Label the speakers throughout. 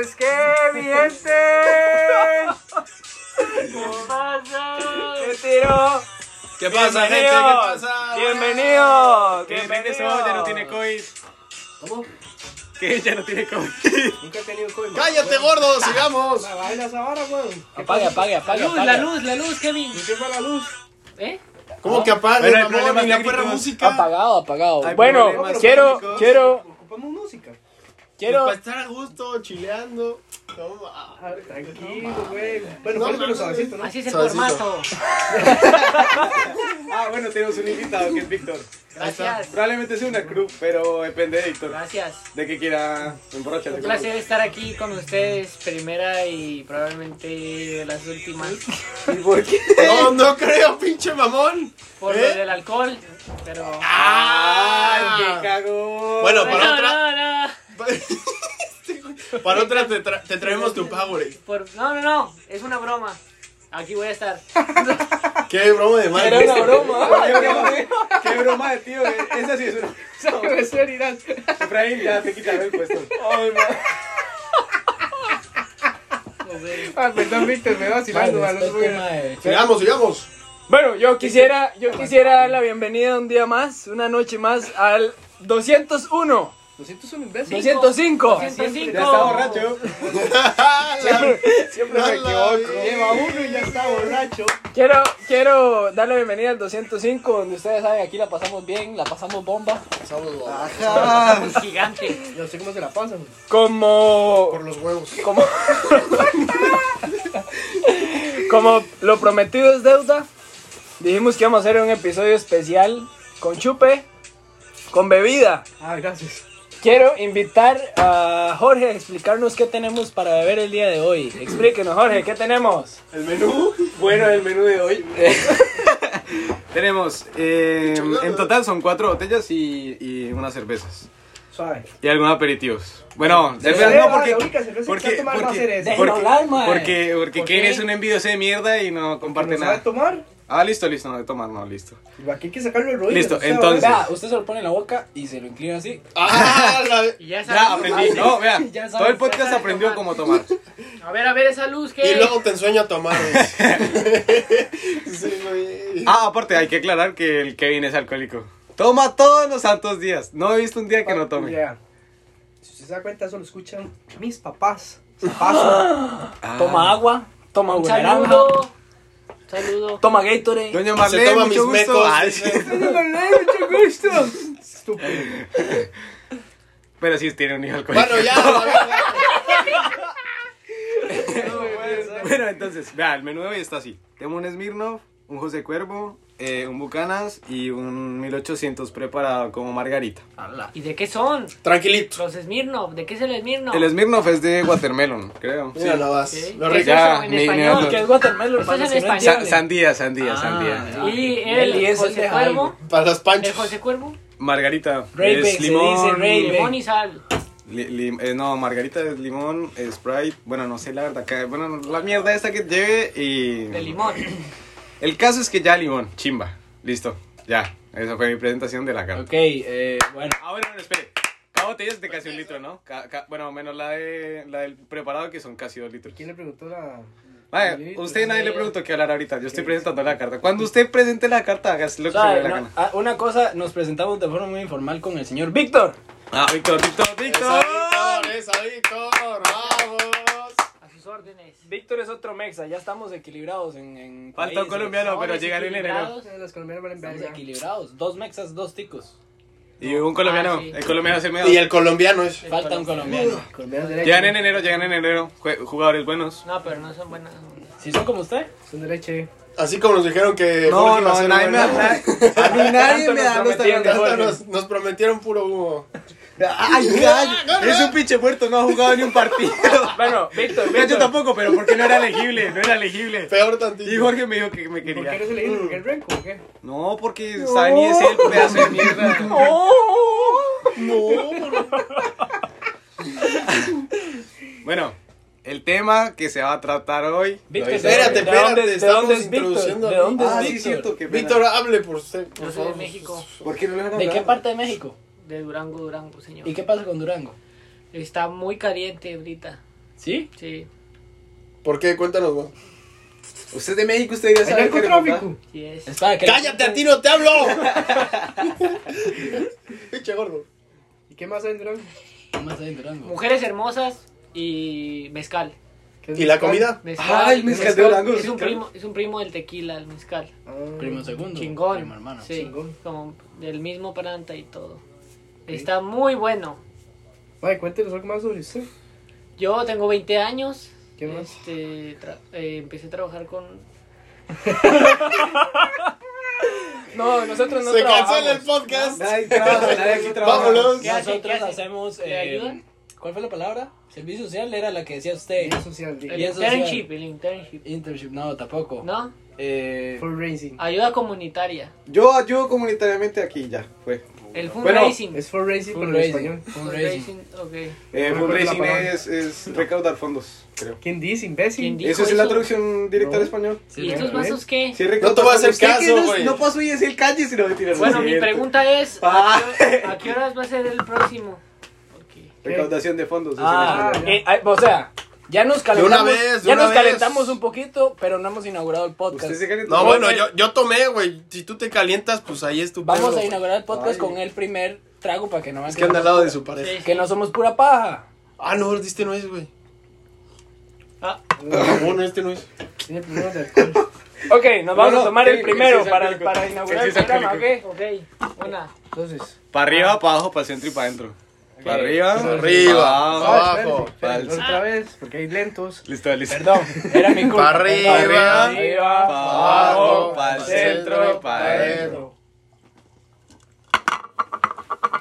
Speaker 1: es que, mi gente. ¿Qué pasa?
Speaker 2: ¿Qué tiro?
Speaker 3: ¿Qué pasa, gente? ¿Qué pasa?
Speaker 2: Bienvenidos.
Speaker 4: Que Méndez hoy Este ya no tiene COVID.
Speaker 1: ¿Cómo?
Speaker 4: Que ya no tiene COVID.
Speaker 1: Nunca he tenido COVID.
Speaker 3: ¡Cállate, gordo! ¡Sigamos!
Speaker 1: La vaina esa vara, weón.
Speaker 2: Apague, apague, apague.
Speaker 5: Luz, la luz, la luz, Kevin.
Speaker 1: ¿Qué fue la luz?
Speaker 5: ¿Eh?
Speaker 3: ¿Cómo que apague,
Speaker 4: Bueno, hay
Speaker 3: mamón?
Speaker 4: problemas
Speaker 3: Ni la
Speaker 4: técnicos.
Speaker 3: perra música.
Speaker 2: Apagado, apagado.
Speaker 4: Ay,
Speaker 2: bueno,
Speaker 4: problemas
Speaker 2: quiero,
Speaker 4: técnicos.
Speaker 2: quiero,
Speaker 1: Ocupamos música.
Speaker 2: quiero.
Speaker 3: Para estar a gusto, chileando. Toma.
Speaker 1: Ah, Tranquilo, güey. Bueno,
Speaker 3: No, no,
Speaker 1: fue lo
Speaker 3: no,
Speaker 1: suavecito, ¿no?
Speaker 5: Así es el
Speaker 3: Suavecito.
Speaker 5: formato.
Speaker 4: Ah, bueno, tenemos un invitado que es Víctor.
Speaker 5: Gracias.
Speaker 4: Probablemente sea una cruz, pero depende de Víctor.
Speaker 5: Gracias.
Speaker 4: De que quiera emborracharte.
Speaker 5: Un placer estar aquí con ustedes, primera y probablemente de las últimas,
Speaker 4: ¿Y por qué?
Speaker 3: No, no creo, pinche mamón.
Speaker 5: por
Speaker 3: ¿Eh?
Speaker 5: lo del alcohol, pero...
Speaker 3: Ah,
Speaker 4: ¡Ay, qué cagón!
Speaker 3: Bueno,
Speaker 5: no,
Speaker 3: para otra.
Speaker 5: no, no,
Speaker 3: Este Para otra te, tra- te traemos tu Powerade.
Speaker 5: por- no, no, no, es una broma. Aquí voy a estar.
Speaker 3: Qué broma de madre.
Speaker 2: Era una broma.
Speaker 4: ¡Qué broma, eh! ¡Qué broma, tío! eh. Esa sí es una.
Speaker 1: Debe ser, Irán.
Speaker 4: Efraín, ya te quitaron el puesto.
Speaker 5: Joder.
Speaker 1: Ah, perdón, Víctor, me va vacilando. a los güeyes.
Speaker 3: Sigamos, sigamos.
Speaker 2: Bueno, yo quisiera, yo quisiera dar la bienvenida un día más, una noche más al 201,
Speaker 1: Lo siento, es un imbécil.
Speaker 2: 205.
Speaker 4: Ya está
Speaker 5: 105.
Speaker 4: borracho. ¿eh?
Speaker 3: Siempre me equivoco.
Speaker 1: eh, Lleva uno y ya está borracho.
Speaker 2: Quiero, quiero dar la bienvenida al 205, donde ustedes saben aquí la pasamos bien, la pasamos bomba.
Speaker 1: Ajá.
Speaker 5: Un gigante.
Speaker 1: Yo sé cómo se la pasan. güey.
Speaker 2: Como,
Speaker 3: Por los huevos.
Speaker 2: como, como lo prometido es deuda, dijimos que íbamos a hacer un episodio especial con chupe, con bebida.
Speaker 1: Ah, gracias.
Speaker 2: Quiero invitar a Jorge a explicarnos qué tenemos para beber el día de hoy. Explíquenos, Jorge, ¿qué tenemos?
Speaker 4: El menú. Bueno, el menú de hoy. Tenemos, eh, en total son cuatro botellas y, y unas cervezas.
Speaker 1: Suave.
Speaker 4: Y algunos aperitivos. Bueno, cervezas
Speaker 1: Cerveza,
Speaker 4: no, porque.
Speaker 1: la única cerveza que
Speaker 4: porque,
Speaker 1: sabe tomar va a ser esa.
Speaker 2: Déjenlo hablar, mae.
Speaker 4: porque, porque
Speaker 2: ¿Por
Speaker 4: Kevin
Speaker 2: qué?
Speaker 4: es un envidioso de mierda y no comparte
Speaker 1: ¿No sabe
Speaker 4: nada.
Speaker 1: tomar?
Speaker 4: Ah, listo, listo, no, de tomar, no, listo.
Speaker 1: Aquí hay que sacarlo del rollo.
Speaker 4: Listo,
Speaker 1: o sea,
Speaker 4: entonces.
Speaker 1: ¿verdad?
Speaker 4: Vea,
Speaker 2: usted se lo pone en la boca y se lo inclina así.
Speaker 3: Ah, la-
Speaker 5: Y ya
Speaker 4: Ya
Speaker 5: sabes.
Speaker 4: aprendí, no, vean,
Speaker 2: Ya sabes,
Speaker 4: todo el
Speaker 5: ya
Speaker 4: podcast
Speaker 5: sabes
Speaker 4: aprendió cómo
Speaker 5: tomar.
Speaker 4: tomar.
Speaker 5: A ver, a ver esa luz que...
Speaker 3: Y luego te ensueño a tomar. güey. Sí, güey.
Speaker 4: Ah, aparte, hay que aclarar que el Kevin es alcohólico. Toma todos los santos días. No he visto un día que no tome.
Speaker 1: Ya. Si usted se da cuenta, eso lo escuchan mis papás. Paso.
Speaker 4: Ah.
Speaker 2: Toma agua, toma
Speaker 5: Un
Speaker 2: agua naranja,
Speaker 5: saludo. Un saludo.
Speaker 2: toma Gatorade.
Speaker 4: Doña
Speaker 3: Se
Speaker 4: Marlene,
Speaker 3: toma
Speaker 4: mucho
Speaker 3: mis
Speaker 4: gusto.
Speaker 3: mecos.
Speaker 4: Ay, sí.
Speaker 1: mucho gusto. Estúpido.
Speaker 4: Pero sí tiene un hijo alcohólico.
Speaker 3: Bueno, ya, la verga.
Speaker 4: Bueno, entonces, vea, el menú de hoy está así. Tengo un Smirnoff, un José Cuervo, eh, un Bucanas y un 1800 preparado como margarita.
Speaker 5: ¿Y de qué son?
Speaker 3: Tranquilito.
Speaker 5: Los Smirnoff. ¿De qué es el Smirnoff?
Speaker 4: El Smirnoff es de watermelon, creo.
Speaker 3: Mira, no vas.
Speaker 5: Ok.
Speaker 3: Lo
Speaker 5: ¿Qué es
Speaker 3: rico.
Speaker 4: Ya,
Speaker 5: eso en
Speaker 4: ni- ni
Speaker 5: español?
Speaker 4: hablo.
Speaker 2: Ah, Que es watermelon,
Speaker 5: Eso
Speaker 2: para
Speaker 5: es
Speaker 2: los que
Speaker 5: en
Speaker 2: no
Speaker 5: español.
Speaker 4: Sa- sandía,
Speaker 2: entienden.
Speaker 4: sandía, sandía.
Speaker 2: Ah,
Speaker 5: Y el,
Speaker 2: Él y es el
Speaker 5: José
Speaker 2: de
Speaker 5: Cuervo.
Speaker 2: algo.
Speaker 3: Para las
Speaker 5: El
Speaker 3: panchas.
Speaker 5: José Cuervo.
Speaker 4: Margarita.
Speaker 2: Rey
Speaker 4: es
Speaker 2: Beck, se
Speaker 4: limón.
Speaker 2: dice Rey Beck.
Speaker 5: Limón y sal.
Speaker 4: li- lim- eh, no, margarita es limón, Sprite. Bueno, no sé la verdad. que- Bueno, la mierda esta que lleve y.
Speaker 5: De limón.
Speaker 4: El caso es que ya limón, chimba. Listo, ya. Esa fue mi presentación de la carta.
Speaker 2: Ok, eh, bueno.
Speaker 4: Ah, bueno, bueno, espere. Cada botella es de casi un litro, ¿no? Ca- ca- bueno, menos la, de, la del preparado que son casi dos litros.
Speaker 1: ¿Quién le preguntó la.?
Speaker 4: Vale, usted nadie le preguntó qué hablar ahorita. Yo estoy presentando la carta. Cuando usted presente la carta, hagas lo
Speaker 2: O
Speaker 4: que se le
Speaker 2: sea,
Speaker 4: dé la
Speaker 2: no-
Speaker 4: gana.
Speaker 2: ah, una cosa, nos presentamos de forma muy informal con el señor Víctor.
Speaker 4: Ah, Víctor, Víctor,
Speaker 3: Esa,
Speaker 4: Víctor.
Speaker 3: Víctor, esa, Víctor. eh, Vamos.
Speaker 5: A sus órdenes.
Speaker 2: Víctor es otro mexa, ya estamos equilibrados en. en
Speaker 4: Falta un
Speaker 2: países.
Speaker 4: colombiano, pero
Speaker 5: Ahora sí,
Speaker 4: llegan en enero.
Speaker 5: equilibrados.
Speaker 1: Las colombianas van en
Speaker 2: Estamos
Speaker 1: verga.
Speaker 2: equilibrados, dos mexas, dos ticos.
Speaker 4: Y un colombiano.
Speaker 5: Ah, sí.
Speaker 4: El colombiano es el medio.
Speaker 3: Y el colombiano es.
Speaker 2: Falta un colombiano.
Speaker 1: Colombianas de
Speaker 4: Llegan en
Speaker 1: leche.
Speaker 4: enero, llegan en enero. Jue- Jugadores buenos.
Speaker 5: No, pero no son buenas.
Speaker 2: Si son como usted,
Speaker 1: Son de leche.
Speaker 3: Así como nos dijeron que. Jorge iba a ser bueno.
Speaker 4: A mí nadie
Speaker 2: Tanto nos
Speaker 4: talones.
Speaker 2: prometieron que
Speaker 3: Hasta nos, nos prometieron puro humo.
Speaker 4: Ay, gallo. Es un pinche muerto, no ha jugado ni un partido.
Speaker 2: Bueno, Víctor,
Speaker 4: Mira, yo
Speaker 2: Víctor.
Speaker 4: tampoco, pero porque no era elegible, no era elegible.
Speaker 3: Peor tantito.
Speaker 4: Y Jorge me dijo que me
Speaker 1: ¿Por qué
Speaker 4: quería.
Speaker 1: eres elegido? ¿Por qué el renco? ¿O qué?
Speaker 4: No, porque Sani es el pedazo de mierda. Bueno, el tema que se va a tratar hoy.
Speaker 2: Víctor,
Speaker 3: Espérate,
Speaker 2: ¿de dónde-
Speaker 3: espérate,
Speaker 2: de
Speaker 3: estamos
Speaker 2: dónde es Víctor?
Speaker 3: introduciendo-
Speaker 2: ¿De dónde
Speaker 3: Ah,
Speaker 2: es
Speaker 3: sí,
Speaker 2: Víctor?
Speaker 4: cierto que
Speaker 3: Víctor, hable por usted.
Speaker 5: Yo
Speaker 3: Por
Speaker 5: soy de
Speaker 3: favor.
Speaker 5: México,
Speaker 4: ¿Por qué no le van a
Speaker 2: ¿De qué
Speaker 4: hablar?
Speaker 2: parte de México?
Speaker 5: de Durango, Durango, señor.
Speaker 2: ¿Y qué pasa con Durango?
Speaker 5: Está muy caliente ahorita.
Speaker 6: ¿Sí?
Speaker 5: Sí,
Speaker 3: ¿Por qué? Cuéntanos, güey.
Speaker 4: Usted es de México, usted diría
Speaker 1: El
Speaker 4: saber qué
Speaker 1: narcotráfico.
Speaker 5: sí es.
Speaker 6: Espera, que-
Speaker 3: ¡Cállate, a ti no te hablo! Pinche gordo.
Speaker 1: ¿Y qué más hay en Durango?
Speaker 2: ¿Qué más hay en Durango?
Speaker 5: Mujeres hermosas y mezcal.
Speaker 1: ¿Qué es
Speaker 3: ¿Y la
Speaker 1: mezcal?
Speaker 3: comida?
Speaker 5: Mezcal.
Speaker 4: Ah, el mezcal de Durango,
Speaker 5: Es un,
Speaker 4: mezcal.
Speaker 5: primo, es un primo del tequila, el mezcal.
Speaker 1: Ah,
Speaker 2: Primo segundo.
Speaker 5: Chingón.
Speaker 2: Primo hermano.
Speaker 5: Sí,
Speaker 1: Chingón.
Speaker 5: como del mismo planta y todo. Está muy bueno.
Speaker 1: Mae, cuéntenos algo más sobre usted.
Speaker 5: Yo tengo 20 años.
Speaker 1: ¿Qué más?
Speaker 5: Este, tra- eh, empecé a trabajar con...
Speaker 6: No, nosotros no
Speaker 3: Se
Speaker 6: trabajamos.
Speaker 3: cancela el podcast.
Speaker 4: Nadie trabaja, nadie aquí trabaja.
Speaker 3: Vámonos.
Speaker 5: ¿Qué hace?
Speaker 2: Nosotros
Speaker 5: ¿Qué hace?
Speaker 2: hacemos.
Speaker 5: ¿Le
Speaker 2: eh,
Speaker 5: ayudan?
Speaker 2: ¿Cuál fue la palabra? Servicio social era la que decía usted.
Speaker 1: Vida social, diga.
Speaker 5: El
Speaker 2: Bien social.
Speaker 5: internship, el internship.
Speaker 2: Internship, no, tampoco.
Speaker 5: ¿No?
Speaker 2: Eh,
Speaker 1: For raising.
Speaker 5: Ayuda comunitaria.
Speaker 4: Yo ayudo comunitariamente aquí, ya, fue.
Speaker 5: El
Speaker 4: Bueno,
Speaker 5: fundraising.
Speaker 1: Es for raising, pero en
Speaker 2: fundraising,
Speaker 1: español.
Speaker 2: fundraising.
Speaker 5: ok.
Speaker 4: Eh,
Speaker 1: No me acuerdo la
Speaker 4: fundraising
Speaker 1: palabra.
Speaker 4: es, es recaudar fondos, creo.
Speaker 1: ¿Quién dice, imbécil?
Speaker 5: ¿Quién dice?
Speaker 4: ¿Eso
Speaker 5: Dijo
Speaker 4: es la
Speaker 5: eso.
Speaker 4: traducción directa al
Speaker 1: No.
Speaker 4: español?
Speaker 2: sí,
Speaker 5: ¿Y estos
Speaker 1: ¿eh?
Speaker 5: vasos qué?
Speaker 4: Sí, recaudar
Speaker 3: No te voy a hacer
Speaker 4: fondos. ¿Qué
Speaker 3: caso,
Speaker 4: quieres?
Speaker 3: güey.
Speaker 4: No paso y decir calle, sino de tirar
Speaker 5: Bueno,
Speaker 4: lo
Speaker 5: mi
Speaker 4: siguiente.
Speaker 5: pregunta es,
Speaker 4: Ah.
Speaker 5: ¿a qué, a qué horas va a ser el próximo? Porque
Speaker 4: Recaudación de fondos. es
Speaker 6: Ah,
Speaker 4: en español.
Speaker 6: eh, ay, o sea, ya nos calentamos.
Speaker 3: una vez, de
Speaker 6: ya
Speaker 3: una
Speaker 6: nos
Speaker 3: vez.
Speaker 6: calentamos un poquito, pero no hemos inaugurado el podcast.
Speaker 4: Usted se calienta.
Speaker 3: No, bueno, yo, yo tomé, güey. Si tú te calientas, pues ahí es tu
Speaker 6: Vamos
Speaker 3: pedo,
Speaker 6: a inaugurar el podcast
Speaker 4: Ay.
Speaker 6: con el primer trago para que no vean
Speaker 3: Es que anda al lado de su pareja.
Speaker 5: Sí.
Speaker 6: que no somos pura paja.
Speaker 3: Ah, no, este no es, güey.
Speaker 5: Ah.
Speaker 3: No, no, este no es.
Speaker 1: Tiene problemas de alcohol.
Speaker 6: Ok, nos vamos
Speaker 4: No,
Speaker 6: a
Speaker 4: no,
Speaker 6: tomar
Speaker 4: sí,
Speaker 6: el
Speaker 4: sí,
Speaker 6: primero
Speaker 4: sí,
Speaker 6: para,
Speaker 4: alcohólico.
Speaker 6: para inaugurar
Speaker 4: Sí,
Speaker 6: el
Speaker 4: sí,
Speaker 6: programa, ¿ok?
Speaker 4: alcohólico.
Speaker 5: Ok, una.
Speaker 1: Entonces.
Speaker 4: Para arriba, para abajo, para el centro y para adentro. Para arriba,
Speaker 3: Para arriba,
Speaker 4: abajo.
Speaker 3: para
Speaker 1: espérense,
Speaker 4: falso.
Speaker 3: abajo.
Speaker 1: espérense, Ah, Otra vez, porque hay lentos.
Speaker 4: Listo, listo.
Speaker 6: Perdón, era mi culpa.
Speaker 3: Para arriba,
Speaker 6: perdón.
Speaker 3: para
Speaker 6: arriba,
Speaker 4: para
Speaker 3: Ah,
Speaker 4: abajo, para el centro y para
Speaker 3: adentro.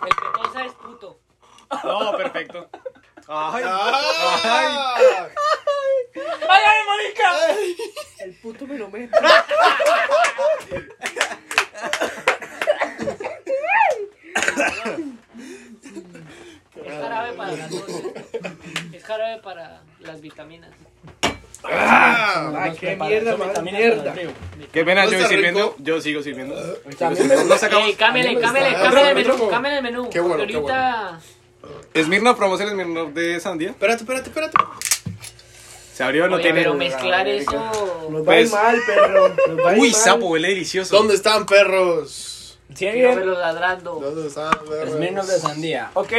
Speaker 5: El que tosa es puto.
Speaker 4: No, perfecto. Ay,
Speaker 3: Ah.
Speaker 6: ¡Ay, ay, marica!
Speaker 1: El puto me lo mete.
Speaker 5: Es jarabe para las voces. Es jarabe para las vitaminas.
Speaker 1: Ah,
Speaker 2: nos
Speaker 1: qué
Speaker 2: prepara-
Speaker 1: mierda,
Speaker 2: son
Speaker 1: más
Speaker 2: vitaminas
Speaker 1: mierda.
Speaker 2: para el
Speaker 4: qué pena,
Speaker 3: ¿No
Speaker 4: yo
Speaker 3: está
Speaker 4: sirviendo.
Speaker 3: rico?
Speaker 4: Yo sigo sirviendo.
Speaker 6: A mí pues. me
Speaker 4: No
Speaker 6: gusta.
Speaker 4: sacamos.
Speaker 5: Ey, Eh, cámbiale,
Speaker 3: gusta.
Speaker 5: cámbiale,
Speaker 3: Ah,
Speaker 5: cámbiale el
Speaker 3: otro,
Speaker 5: menú,
Speaker 3: otro.
Speaker 5: cámbiale el menú.
Speaker 3: Qué bueno,
Speaker 5: porque
Speaker 3: qué
Speaker 5: ahorita
Speaker 4: Esmirna, probamos el Esmirna de Sandía.
Speaker 3: Espérate, espérate, espérate.
Speaker 4: Se abrió, no
Speaker 5: Oye,
Speaker 4: tiene.
Speaker 5: pero mezclar eso.
Speaker 1: Nos va a ir
Speaker 4: Pues-
Speaker 1: mal, perro. Nos va a ir
Speaker 4: Uy,
Speaker 1: mal.
Speaker 4: sapo, huele delicioso.
Speaker 3: ¿Dónde están, perros?
Speaker 6: Sí,
Speaker 5: No me
Speaker 6: bien.
Speaker 5: lo ladrando.
Speaker 3: ¿Dónde están,
Speaker 6: Pues
Speaker 3: perros?
Speaker 2: Esmirnos de sandía.
Speaker 6: Ok,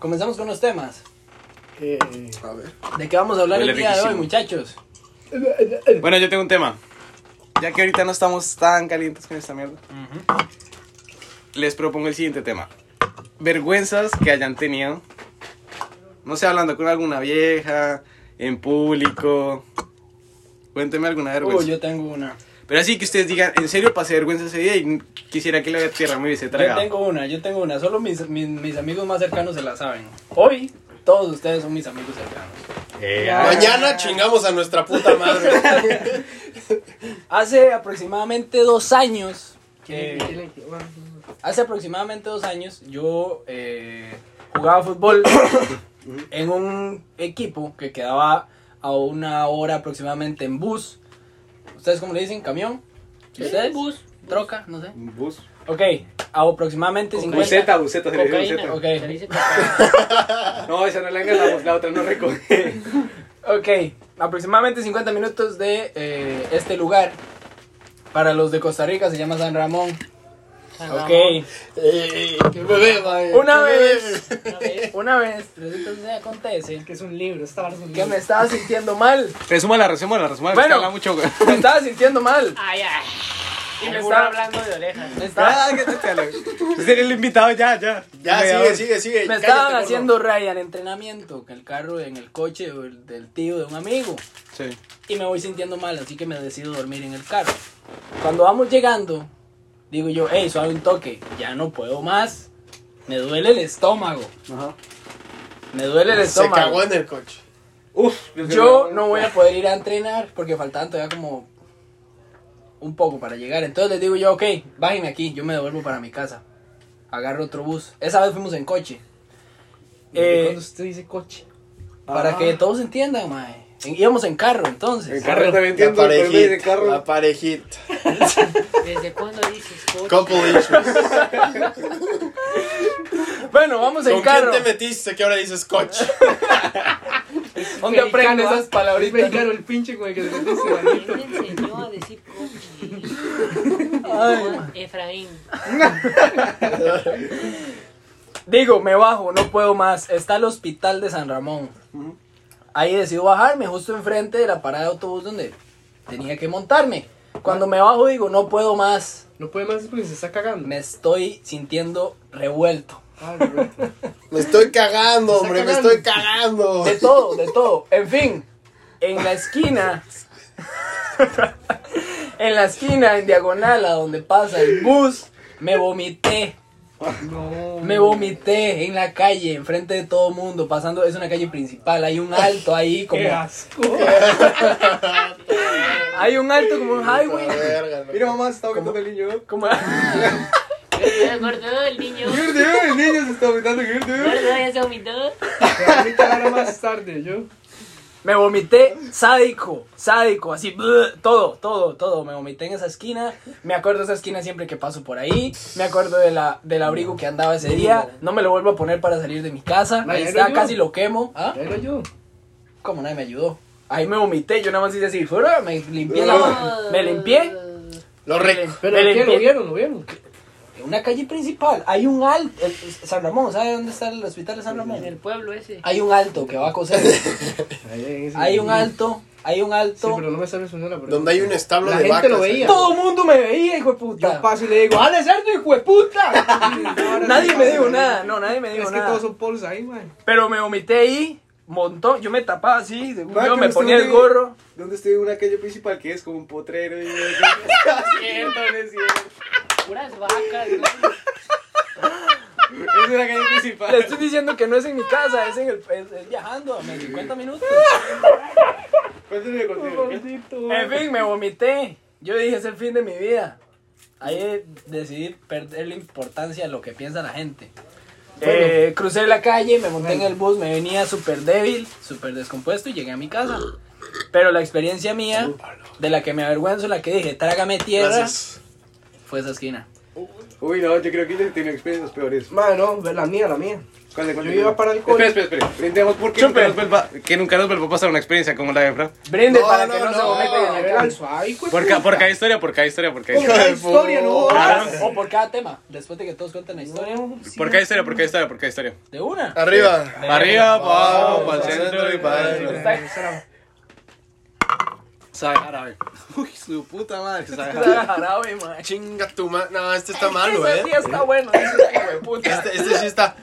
Speaker 2: Comenzamos con los temas.
Speaker 1: Eh,
Speaker 3: A ver.
Speaker 2: ¿De qué vamos a hablar
Speaker 4: Huele
Speaker 2: el día de hoy,
Speaker 4: riquísimo.
Speaker 2: muchachos?
Speaker 4: Bueno, yo tengo un tema. Ya que ahorita no estamos tan calientes con esta mierda, les propongo el siguiente tema: vergüenzas que hayan tenido. No sé, hablando con alguna vieja, en público. Cuénteme alguna vergüenza.
Speaker 6: Uh,
Speaker 2: Uy, yo tengo una.
Speaker 4: Pero así que ustedes digan, en serio pasé vergüenza ese día y quisiera que la tierra me hubiese
Speaker 2: Yo
Speaker 4: tragado.
Speaker 2: tengo una, yo tengo una. Solo mis, mis, mis amigos más cercanos se la saben.
Speaker 6: hoy.
Speaker 2: Todos ustedes son mis amigos cercanos.
Speaker 4: Eh,
Speaker 1: Ya.
Speaker 4: ay,
Speaker 3: Mañana chingamos a nuestra puta madre.
Speaker 2: Hace aproximadamente dos años.
Speaker 1: ¿quién-
Speaker 2: que-
Speaker 1: quién le- quién- bueno,
Speaker 2: Hace aproximadamente dos años yo eh, jugaba fútbol en un equipo que quedaba a una hora aproximadamente en bus. ¿Ustedes cómo le dicen? ¿Camión? ¿Ustedes?
Speaker 5: Bus.
Speaker 2: ¿Troca? No sé.
Speaker 4: Bus.
Speaker 2: Ok, a aproximadamente 50...
Speaker 4: Buceta, buceta, se le dice
Speaker 5: Cocaína.
Speaker 4: buceta.
Speaker 2: ok.
Speaker 5: Se le dice cocaína.
Speaker 4: No, esa no la engalamos, la otra no recoge.
Speaker 2: Ok, aproximadamente 50 minutos de eh, este lugar. Para los de Costa Rica se llama San Ramón. Ok,
Speaker 3: Ey, ¡Qué bebé,
Speaker 6: eh.
Speaker 3: mae!
Speaker 2: Una
Speaker 3: qué
Speaker 2: vez.
Speaker 3: bebé.
Speaker 5: Una vez.
Speaker 2: una vez, resulta que acontece
Speaker 1: Que es un libro, esta vara es un
Speaker 2: que me
Speaker 1: libro.
Speaker 2: estaba sintiendo mal.
Speaker 4: Resúmala, resúmala, resúmala.
Speaker 2: Bueno.
Speaker 4: Bueno. Habla mucho. güey.
Speaker 2: Me estaba sintiendo mal.
Speaker 5: Ay, ay. Y me
Speaker 2: está-
Speaker 5: está hablando de orejas.
Speaker 2: Me estaba-
Speaker 4: Ah, que te cala. Usted es el invitado, ya, ya.
Speaker 3: Ya, sigue, sigue, sigue.
Speaker 2: Me
Speaker 3: Cállate,
Speaker 2: estaban
Speaker 3: gordo.
Speaker 2: haciendo Ryan entrenamiento en el carro, en el coche o el- del tío de un amigo.
Speaker 4: Sí.
Speaker 2: Y me voy sintiendo mal, así que me decido dormir en el carro. Cuando vamos llegando, digo yo, hey, suave un toque, ya no puedo más. Me duele el estómago.
Speaker 4: Ajá.
Speaker 2: Me duele el
Speaker 3: Se
Speaker 2: estómago.
Speaker 3: cagó en el coche.
Speaker 4: Uf.
Speaker 2: Yo no voy a poder ir a entrenar porque faltaban todavía como un poco para llegar. Entonces les digo yo, ok, bájenme aquí, yo me devuelvo para mi casa. Agarro otro bus. Esa vez fuimos en coche.
Speaker 1: ¿Y
Speaker 2: Eh,
Speaker 1: cuando usted dice coche.
Speaker 2: Para
Speaker 4: Ah.
Speaker 2: que todos entiendan, mae. En- Íbamos en carro, entonces.
Speaker 4: En carro también
Speaker 3: La
Speaker 4: entiendo. pero ve de
Speaker 3: parejita. La
Speaker 4: carro.
Speaker 3: parejita.
Speaker 5: ¿Desde cuándo dices coche?
Speaker 3: Couple issues.
Speaker 2: Bueno, vamos en
Speaker 3: ¿Con
Speaker 2: carro.
Speaker 3: quién te metiste que ahora dices coche?
Speaker 6: ¿Dónde aprende
Speaker 1: Mexicano,
Speaker 6: esas
Speaker 1: ¿ah? Es
Speaker 6: palabritas?
Speaker 1: mexicano el pinche con el que se metió ese
Speaker 5: Él
Speaker 1: barrito.
Speaker 5: me enseñó a decir coño. Efraín.
Speaker 2: Digo, me bajo, no puedo más. Está el hospital de San Ramón. Ahí decido bajarme, justo enfrente de la parada de autobús donde tenía que montarme. Cuando me bajo digo, no puedo más.
Speaker 1: No puede más porque se está cagando.
Speaker 2: Me estoy sintiendo revuelto.
Speaker 1: Ah, bro.
Speaker 3: Me estoy cagando, hombre, me
Speaker 1: cagando.
Speaker 3: estoy cagando.
Speaker 2: De todo, de todo. En fin, en la esquina. en la esquina, en diagonal, a donde pasa el bus, me vomité. Me vomité en la calle, enfrente de todo mundo, pasando, es una calle principal, hay un alto ahí como...
Speaker 1: Qué asco.
Speaker 2: Hay un alto como un highway.
Speaker 3: Puta verga, ¿no?
Speaker 4: Mira, mamá, se está vomitando el niño.
Speaker 2: Como...
Speaker 5: Gordo, gordo, el niño.
Speaker 4: Gird, eh, El niño se está vomitando, Gird, eh.
Speaker 5: Gordo, ya se vomitó.
Speaker 1: Te van a integrar más tarde, yo.
Speaker 2: Me vomité sádico, sádico, así, bleh, todo, todo, todo. Me vomité en esa esquina. Me acuerdo de esa esquina siempre que paso por ahí. Me acuerdo de la, del abrigo que andaba ese día. No me lo vuelvo a poner para salir de mi casa. Ahí
Speaker 1: Nadie
Speaker 2: está,
Speaker 1: ayudó.
Speaker 2: casi lo quemo. ¿Ah?
Speaker 1: Era yo.
Speaker 2: Como nadie me ayudó. Ahí me vomité, yo nada más hice así, fuera, me limpié la mano. Me limpié.
Speaker 3: Lo re-
Speaker 1: Pero
Speaker 2: me
Speaker 1: ¿qué? ¿Lo
Speaker 2: limpié.
Speaker 1: vieron? ¿Lo vieron?
Speaker 2: En una calle principal hay un alto. el- San Ramón, ¿sabe dónde está el hospital de
Speaker 5: En
Speaker 2: San
Speaker 5: el
Speaker 2: Ramón?
Speaker 5: pueblo ese.
Speaker 2: Hay un alto que va a coser. Hay un alto, hay un
Speaker 1: Sí,
Speaker 2: alto.
Speaker 1: pero no me está respondiendo la pregunta.
Speaker 3: Donde hay un establo
Speaker 1: La
Speaker 3: de
Speaker 1: gente
Speaker 3: vacas. eh.
Speaker 1: lo veía.
Speaker 2: Todo el mundo me veía, hijo de puta. Ah,
Speaker 1: Yo paso y le digo, "Ah, ¡Ale, cerdo, hijo de puta!
Speaker 2: Nadie me dijo nada, no, nadie me dijo
Speaker 1: Es que
Speaker 2: nada.
Speaker 1: todos son polos ahí, man.
Speaker 2: Pero me vomité ahí, montón. Yo me tapaba así, según
Speaker 4: Va,
Speaker 2: yo,
Speaker 4: que
Speaker 2: me
Speaker 4: usted
Speaker 2: ponía el
Speaker 4: vive-
Speaker 2: gorro.
Speaker 4: ¿Dónde estoy? Una calle principal que es como un potrero. Y... cierto, no es cierto.
Speaker 5: Puras vacas, gordo.
Speaker 4: Es una calle
Speaker 2: Le
Speaker 4: principal.
Speaker 2: estoy diciendo que no es en mi casa, es, en el, es- es viajando a 50 minutos.
Speaker 4: Cuéntame, cuéntame.
Speaker 2: En fin, me vomité. Yo dije, es el fin de mi vida. Ahí decidí perder la importancia de lo que piensa la gente. Eh, crucé la calle, me monté en el bus, me venía súper débil, súper descompuesto y llegué a mi casa. Pero la experiencia mía, de la que me avergüenzo, la que dije, trágame tierra,
Speaker 3: Gracias.
Speaker 2: fue esa esquina.
Speaker 4: Uy, no, yo creo que yo he tenido experiencias peores.
Speaker 1: Man, no, ve la mía, la mía.
Speaker 4: ¿Cuál, cuál,
Speaker 1: Yo iba para el
Speaker 4: Espera,
Speaker 1: cole.
Speaker 4: espera, espera. Brindemos porque nunca nos, vuelva, que nunca nos vuelva a pasar una experiencia como la de Fran.
Speaker 2: Brinde
Speaker 3: No,
Speaker 2: para
Speaker 3: no,
Speaker 2: que no, se
Speaker 3: no.
Speaker 2: vomiten en la
Speaker 1: Era
Speaker 2: cara.
Speaker 1: el suave, hijo de
Speaker 4: Por,
Speaker 1: puta.
Speaker 4: ca, por cada historia, por cada historia, por cada
Speaker 1: Por
Speaker 4: historia.
Speaker 1: cada
Speaker 3: Hijo de
Speaker 1: historia, no
Speaker 3: puta.
Speaker 1: jodas.
Speaker 2: O por cada tema, después de que todos cuenten la historia.
Speaker 4: Por cada historia, por cada historia, por cada historia.
Speaker 2: De una.
Speaker 3: Arriba.
Speaker 4: Para arriba, para abajo, para el centro y para adentro.
Speaker 1: Ay, será-
Speaker 4: Sabe árabe. Uy, su puta madre, sabe árabe.
Speaker 2: Jarabe, ma.
Speaker 3: Chinga tu madre. No, este está
Speaker 2: Es que
Speaker 3: malo,
Speaker 2: ese
Speaker 3: eh.
Speaker 2: sí está bueno, ese hijo de puta.
Speaker 3: Este, este sí está.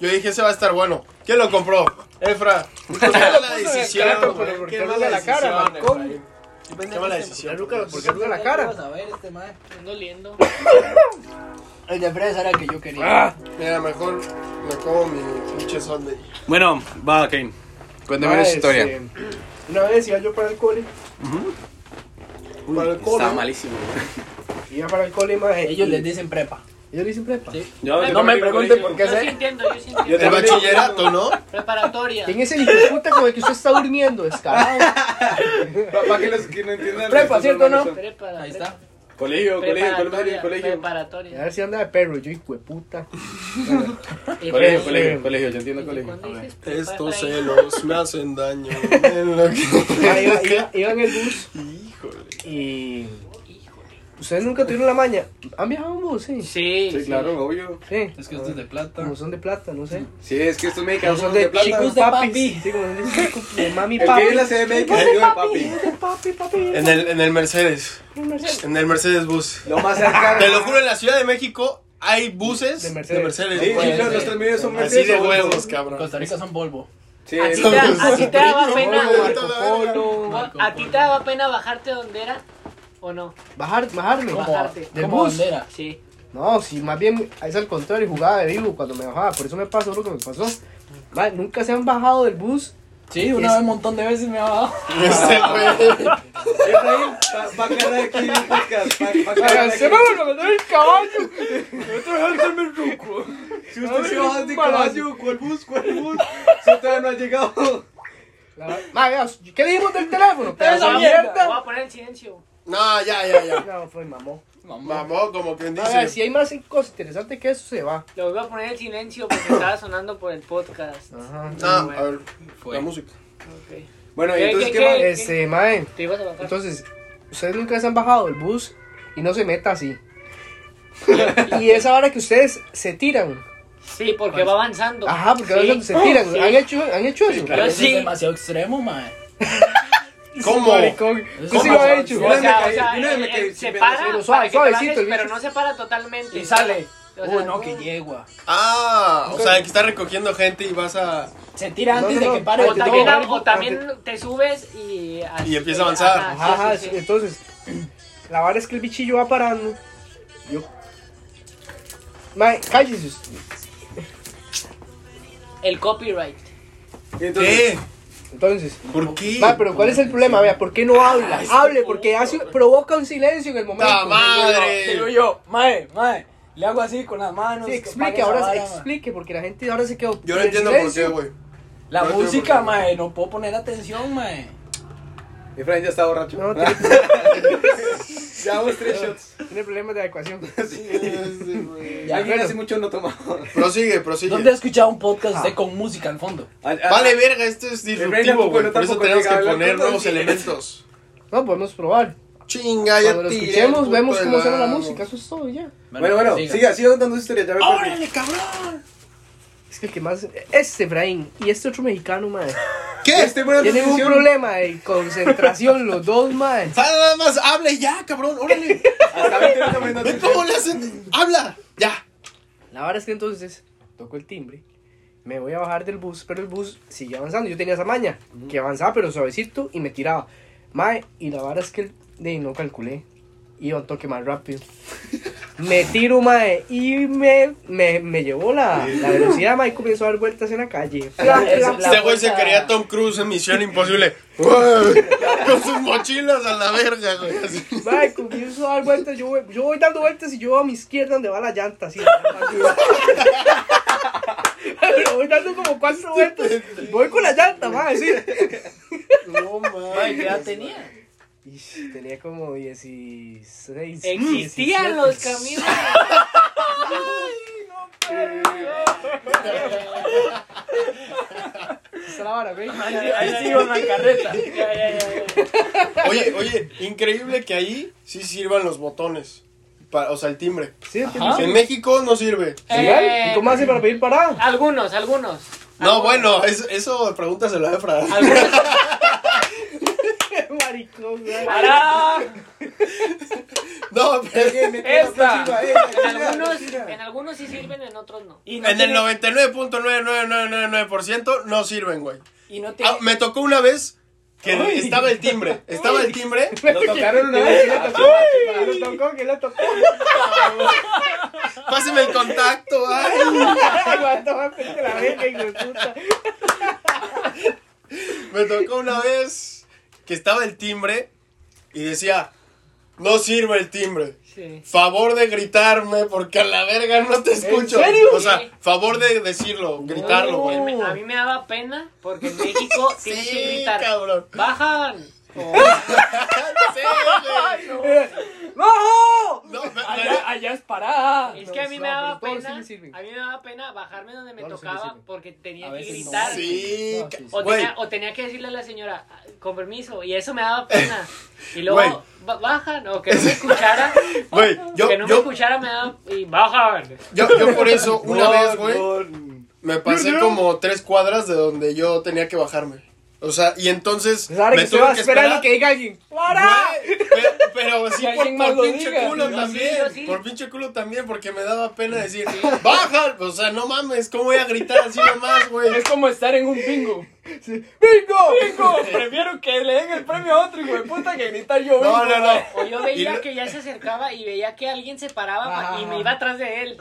Speaker 3: Yo dije, ese va a estar bueno. ¿Quién lo compró?
Speaker 1: Eh,
Speaker 3: Efra. Qué mala decisión. güey. Qué mala
Speaker 1: la cara,
Speaker 3: decisión,
Speaker 1: maricón.
Speaker 3: Efra. Qué mala decisión.
Speaker 1: ¿Por qué arruga la cara?
Speaker 2: Vamos a ver este mae.
Speaker 5: Ando oliendo.
Speaker 2: El de fresa era el que yo
Speaker 4: Ah.
Speaker 2: quería.
Speaker 3: Mira, mejor me como mi pinche sundae.
Speaker 4: Bueno, va, ok. Cuéntame
Speaker 1: Ah,
Speaker 4: una historia.
Speaker 1: este, Una vez iba yo para el cole, para el cole.
Speaker 4: Está malísimo.
Speaker 1: Iba para el cole, ma.
Speaker 2: Ellos
Speaker 1: y-
Speaker 2: les dicen prepa.
Speaker 1: Ellos le dicen prepa.
Speaker 2: Sí.
Speaker 4: Yo- yo
Speaker 2: no me
Speaker 4: también
Speaker 2: pregunten
Speaker 4: lo
Speaker 2: por qué
Speaker 5: Yo sí
Speaker 2: sé.
Speaker 5: entiendo, yo sí entiendo.
Speaker 3: El bachillerato, ¿no?
Speaker 5: Preparatoria.
Speaker 1: ¿Quién es el hijo de puta con el que usted está durmiendo, descarado?
Speaker 4: Para que los que no entiendan.
Speaker 2: Prepa, ¿cierto o no?
Speaker 5: Prepara-
Speaker 2: Ahí está.
Speaker 4: Colegio, colegio,
Speaker 5: Preparatoria.
Speaker 4: colegio, colegio.
Speaker 1: A
Speaker 5: Preparatoria.
Speaker 1: ver si anda de perro, yo hijo de puta.
Speaker 4: Colegio,
Speaker 5: Efraín.
Speaker 4: colegio, colegio, yo entiendo
Speaker 5: Desde
Speaker 4: colegio.
Speaker 5: cuando dices prepa,
Speaker 3: Estos
Speaker 5: Efraín.
Speaker 3: celos me hacen daño. En lo
Speaker 1: Ah, iba,
Speaker 3: que...
Speaker 1: iba- iba en el bus
Speaker 3: Híjole.
Speaker 1: y. Ustedes nunca tuvieron la maña. ¿Han viajado en bus? Sí.
Speaker 5: Sí,
Speaker 4: Sí, claro, obvio.
Speaker 1: Sí.
Speaker 2: Es que esto es de plata.
Speaker 1: Como son de plata, no sé.
Speaker 4: Sí, es que estos mexicanos son
Speaker 1: de
Speaker 4: de plata.
Speaker 2: Chicos de papi.
Speaker 1: Sí, como son de, chicos, de mami
Speaker 4: El que
Speaker 1: papi.
Speaker 4: vive en la CDMX se dio de papi.
Speaker 1: Es de papi, papi.
Speaker 3: En el, en el Mercedes. En el Mercedes bus.
Speaker 4: Lo más cercano.
Speaker 3: Te lo juro, en la Ciudad de México hay buses
Speaker 1: De
Speaker 3: de
Speaker 1: Mercedes.
Speaker 3: Mercedes.
Speaker 4: Sí, sí,
Speaker 3: güey.
Speaker 4: claro, los tres medios son
Speaker 3: Así
Speaker 4: Mercedes,
Speaker 3: de
Speaker 4: güey.
Speaker 3: huevos,
Speaker 2: En
Speaker 3: cabrón.
Speaker 2: Costa Rica son polvo.
Speaker 4: Sí,
Speaker 5: Así te, así te daba pena.
Speaker 1: Marco Polo.
Speaker 5: Vos- ¿A ti te daba pena bajarte donde era? ¿O no?
Speaker 1: Bajar, bajarme.
Speaker 5: ¿Cómo?
Speaker 2: Bajarte.
Speaker 1: Del
Speaker 2: Como
Speaker 1: bus.
Speaker 2: bandera.
Speaker 5: Sí.
Speaker 1: No, sí, más bien es al contrario, jugaba de vivo cuando me bajaba, por eso me pasó lo que me pasó. Ma, nunca se han bajado del bus.
Speaker 2: Sí, una
Speaker 1: Es-
Speaker 2: vez un montón de veces me ha bajado.
Speaker 3: Este güey.
Speaker 4: Efraín, pa- pa' aclarar aquí en el podcast, pa- pa' aclarar aquí.
Speaker 1: a meter el caballo!
Speaker 4: Si usted se baja de caballo, ¿cuál bus? ¿Cuál bus? Si todavía no ha llegado.
Speaker 1: Ma, veas, ¿qué le dijimos del teléfono?
Speaker 2: ¡Esa
Speaker 1: pedazo de
Speaker 2: mierda!
Speaker 5: Voy a poner en silencio.
Speaker 3: No, ya, ya, ya.
Speaker 1: No, fue mamó.
Speaker 3: Mamó, como quien
Speaker 1: Ma, vea,
Speaker 3: dice.
Speaker 1: si hay más cosas interesantes que eso, se va.
Speaker 5: Lo
Speaker 3: Ah,
Speaker 5: voy Ah, a poner en silencio porque estaba sonando por el podcast.
Speaker 1: Ajá.
Speaker 3: No, a ver, la música.
Speaker 5: Ok.
Speaker 4: Bueno, y
Speaker 5: ¿Qué-
Speaker 4: entonces,
Speaker 5: qué-
Speaker 4: ¿qué, más?
Speaker 5: qué?
Speaker 1: Este, mae.
Speaker 5: Te ibas a bajar.
Speaker 1: Entonces, ustedes nunca se han bajado del bus y no se meta así. y esa hora que ustedes se tiran.
Speaker 5: sí, porque va avanzando.
Speaker 1: Ajá, porque a
Speaker 5: Sí.
Speaker 1: veces se tiran.
Speaker 5: Sí.
Speaker 1: ¿Han hecho, han hecho eso?
Speaker 5: claro. Yo
Speaker 2: Eso
Speaker 5: sí.
Speaker 2: es demasiado extremo, mae.
Speaker 3: ¿Cómo?
Speaker 1: Maricón.
Speaker 2: Eso
Speaker 1: Yo sí
Speaker 2: es
Speaker 1: lo he
Speaker 2: demasiado
Speaker 1: hecho.
Speaker 5: O
Speaker 4: Una vez me
Speaker 5: sea, o
Speaker 4: caí,
Speaker 5: sea,
Speaker 4: una vez me
Speaker 5: él-
Speaker 4: caí
Speaker 5: él
Speaker 4: sin
Speaker 5: se
Speaker 4: pena,
Speaker 5: para
Speaker 1: sí, lo
Speaker 5: para
Speaker 1: suave,
Speaker 5: que te bajes,
Speaker 1: suavecito,
Speaker 5: pero
Speaker 1: ¿viste?
Speaker 5: no se para totalmente.
Speaker 2: Y sale.
Speaker 5: O sea,
Speaker 2: Uy, no, que yegua.
Speaker 3: Ah, o sea, que está recogiendo gente y vas a.
Speaker 2: Se tira
Speaker 1: No,
Speaker 2: antes
Speaker 1: no, no.
Speaker 2: de que pare.
Speaker 1: Ay,
Speaker 5: O
Speaker 1: te
Speaker 5: también,
Speaker 1: toca,
Speaker 5: a-
Speaker 1: ¿no?
Speaker 5: o también te subes y...
Speaker 3: Y empieza a avanzar.
Speaker 1: Ajá, ajá,
Speaker 5: sí, sí, sí.
Speaker 1: entonces, la vara es que el bichillo va parando. Yo. Mae, cállese. usted.
Speaker 5: El copyright.
Speaker 1: Mm,
Speaker 4: Y entonces,
Speaker 3: ¿Qué?
Speaker 1: Entonces.
Speaker 3: ¿Por qué?
Speaker 1: Mae, pero ¿cuál es el problema? Vea, ¿por qué no habla? Hable, porque hace, provoca un silencio en el momento.
Speaker 3: ¡Ta
Speaker 2: Digo
Speaker 3: madre!
Speaker 2: yo, mae, mae. Le hago así con las manos.
Speaker 1: Sí,
Speaker 2: que
Speaker 1: explique,
Speaker 2: apague
Speaker 1: ahora
Speaker 2: esa
Speaker 1: se
Speaker 2: vara, mae.
Speaker 1: explique, porque la gente ahora se quedó.
Speaker 3: Yo no
Speaker 1: en
Speaker 3: entiendo por qué,
Speaker 1: silencio.
Speaker 3: güey.
Speaker 2: La
Speaker 3: No entiendo
Speaker 2: música,
Speaker 3: por qué.
Speaker 2: mae, no puedo poner atención, mae.
Speaker 4: Efraín ya está borracho.
Speaker 1: No,
Speaker 4: Ah,
Speaker 1: tiene,
Speaker 4: ya vamos tres shots.
Speaker 1: tiene problemas de adecuación.
Speaker 4: Ya alguien
Speaker 1: bueno.
Speaker 4: hace mucho no tomaba.
Speaker 3: Prosigue, prosigue.
Speaker 2: ¿Dónde he escuchado un podcast usted con música al fondo?
Speaker 4: Ah, ah,
Speaker 3: Vale, verga, esto es
Speaker 4: Efraín tampoco,
Speaker 3: disruptivo, güey.
Speaker 4: no
Speaker 3: Por eso
Speaker 4: tampoco
Speaker 3: tenemos que
Speaker 4: llega a hablar
Speaker 3: poner
Speaker 4: con
Speaker 3: nuevos
Speaker 4: los
Speaker 3: elementos.
Speaker 1: No, podemos probar.
Speaker 3: Chinga, ya
Speaker 1: Cuando lo
Speaker 3: tiré el
Speaker 1: escuchemos,
Speaker 3: puto
Speaker 1: vemos cómo suena la
Speaker 3: helado.
Speaker 1: música. Eso es todo ya.
Speaker 4: Bueno, bueno,
Speaker 2: siga.
Speaker 4: siga, siga contando su historia, ya me perdí.
Speaker 2: ¡Órale, cabrón!
Speaker 1: Es que el que más. Este, Efraín, y este otro mexicano, madre.
Speaker 3: ¿Qué?
Speaker 4: Este bueno,
Speaker 1: Tienen un problema de concentración los dos, madre.
Speaker 3: Sal, Ah, Nada más, hable ya, cabrón, órale.
Speaker 4: Hasta 20 minutos menos.
Speaker 3: Ve cómo le hacen. Habla, ya.
Speaker 1: La verdad es que entonces toco el timbre, me voy a bajar del bus, pero el bus sigue avanzando. Yo tenía esa maña, que avanzaba pero suavecito y me tiraba. Mae, y la verdad es que el- de, no calculé. Iba un toque más rápido. Me tiro, mae, y me, me, me llevó la, la velocidad, mae, y comenzó a dar vueltas en la calle. Fla, fla, fla.
Speaker 3: Este güey se quería Tom Cruise en Misión Imposible. Con sus mochilas a la verga, güey. así.
Speaker 1: Mae, comienzo a dar vueltas, yo voy, yo voy dando vueltas y yo a mi izquierda donde va la llanta, así. Pero voy dando como cuatro vueltas. Voy con la llanta, mae, sí.
Speaker 3: No mames.
Speaker 5: Ay, ¿Qué edad tenía?
Speaker 1: Ish, tenía como Mm, 16.
Speaker 5: Existían los caminos.
Speaker 1: Ahora, güey.
Speaker 2: Ahí sigo en la carreta.
Speaker 5: Ya, ya, ya, ya.
Speaker 3: Oye, oye, increíble que ahí sí sirvan los botones. Pa- o sea, el timbre.
Speaker 1: Sí, ¿qué
Speaker 5: Ajá. Eh.
Speaker 1: no sé.
Speaker 3: En México no sirve.
Speaker 1: Igual, ¿Y cómo hace para pedir parada?
Speaker 5: Algunos, algunos.
Speaker 3: No, bueno, es- eso pregúntaselo a Efra.
Speaker 5: Algunos.
Speaker 1: Maricón, güey.
Speaker 5: Pará.
Speaker 3: No, pero
Speaker 5: Esta. En algunos, en algunos sí sirven, en otros no.
Speaker 2: Y no
Speaker 3: en el
Speaker 2: tiene-
Speaker 3: 99.99999% no sirven, güey.
Speaker 2: Y no
Speaker 3: Ah,
Speaker 2: tiene...
Speaker 3: me tocó una vez que estaba el timbre. Estaba el timbre.
Speaker 1: Pues,
Speaker 4: Nos tocaron una vez.
Speaker 1: ¿Quién lo tocó? ¿Quién lo tocó?
Speaker 3: Páseme el contacto. Ay.
Speaker 1: Aguantaba frente a la verga, hijo de puta.
Speaker 3: Me tocó una vez que estaba el timbre y decía, no sirve el timbre.
Speaker 5: Sí.
Speaker 3: Favor de gritarme porque a la verga no te escucho.
Speaker 1: serio?
Speaker 3: O sea, favor de decirlo, gritarlo, güey.
Speaker 5: Me- A mí me daba pena porque en México tienes que
Speaker 3: Sí,
Speaker 5: gritar.
Speaker 3: cabrón.
Speaker 5: Bajan.
Speaker 1: Oh,
Speaker 5: O-
Speaker 3: Sí, güey.
Speaker 2: ¡No!
Speaker 3: No, me- me-
Speaker 2: Allá, allá es parada.
Speaker 5: es
Speaker 1: No,
Speaker 5: que a mí
Speaker 1: no,
Speaker 5: me daba
Speaker 1: pero todos
Speaker 5: pena.
Speaker 1: sí me sirven.
Speaker 5: a mí me daba pena bajarme donde me
Speaker 1: Todos sí me
Speaker 5: tocaba
Speaker 1: sirven.
Speaker 5: porque tenía
Speaker 2: A
Speaker 5: que
Speaker 2: veces no.
Speaker 5: gritar.
Speaker 3: Sí,
Speaker 1: No, sí, sí.
Speaker 3: ca-
Speaker 5: O
Speaker 3: güey.
Speaker 5: tenía, o tenía que decirle a la señora, "Ah, con permiso, y eso me daba pena. Y
Speaker 3: Güey.
Speaker 5: luego, "Ba- bajan, o que no me escuchara.
Speaker 3: Güey, yo,
Speaker 5: que no me
Speaker 3: yo,
Speaker 5: escuchara me daba. Y bajan.
Speaker 3: yo, yo por eso una vez, güey,
Speaker 4: güey.
Speaker 3: me pasé como tres cuadras de donde yo tenía que bajarme. O sea, y entonces
Speaker 1: Pues ahora
Speaker 3: me
Speaker 1: que se
Speaker 3: tuve
Speaker 1: va
Speaker 3: que
Speaker 1: esperando
Speaker 3: esperar.
Speaker 1: que diga alguien. ¡Para!
Speaker 3: Güey, Pero, pero sí por,
Speaker 2: Que alguien más
Speaker 3: por
Speaker 2: lo
Speaker 3: pinche
Speaker 2: diga.
Speaker 3: culo
Speaker 2: Yo
Speaker 3: también.
Speaker 5: sí, yo sí.
Speaker 3: Por pinche culo también, porque me daba pena decir, baja. O sea, no mames, ¿cómo voy a gritar así nomás, güey?
Speaker 2: Es como estar en un bingo.
Speaker 1: ¡Bingo!
Speaker 2: ¡Bingo! Prefiero que le den el premio a otro hijo de puta que gritar yo
Speaker 3: No, no, no.
Speaker 5: O yo
Speaker 3: Y
Speaker 5: veía
Speaker 3: lo-
Speaker 5: que ya se acercaba y veía que alguien se paraba pa-
Speaker 1: Ah.
Speaker 5: y me iba atrás de él.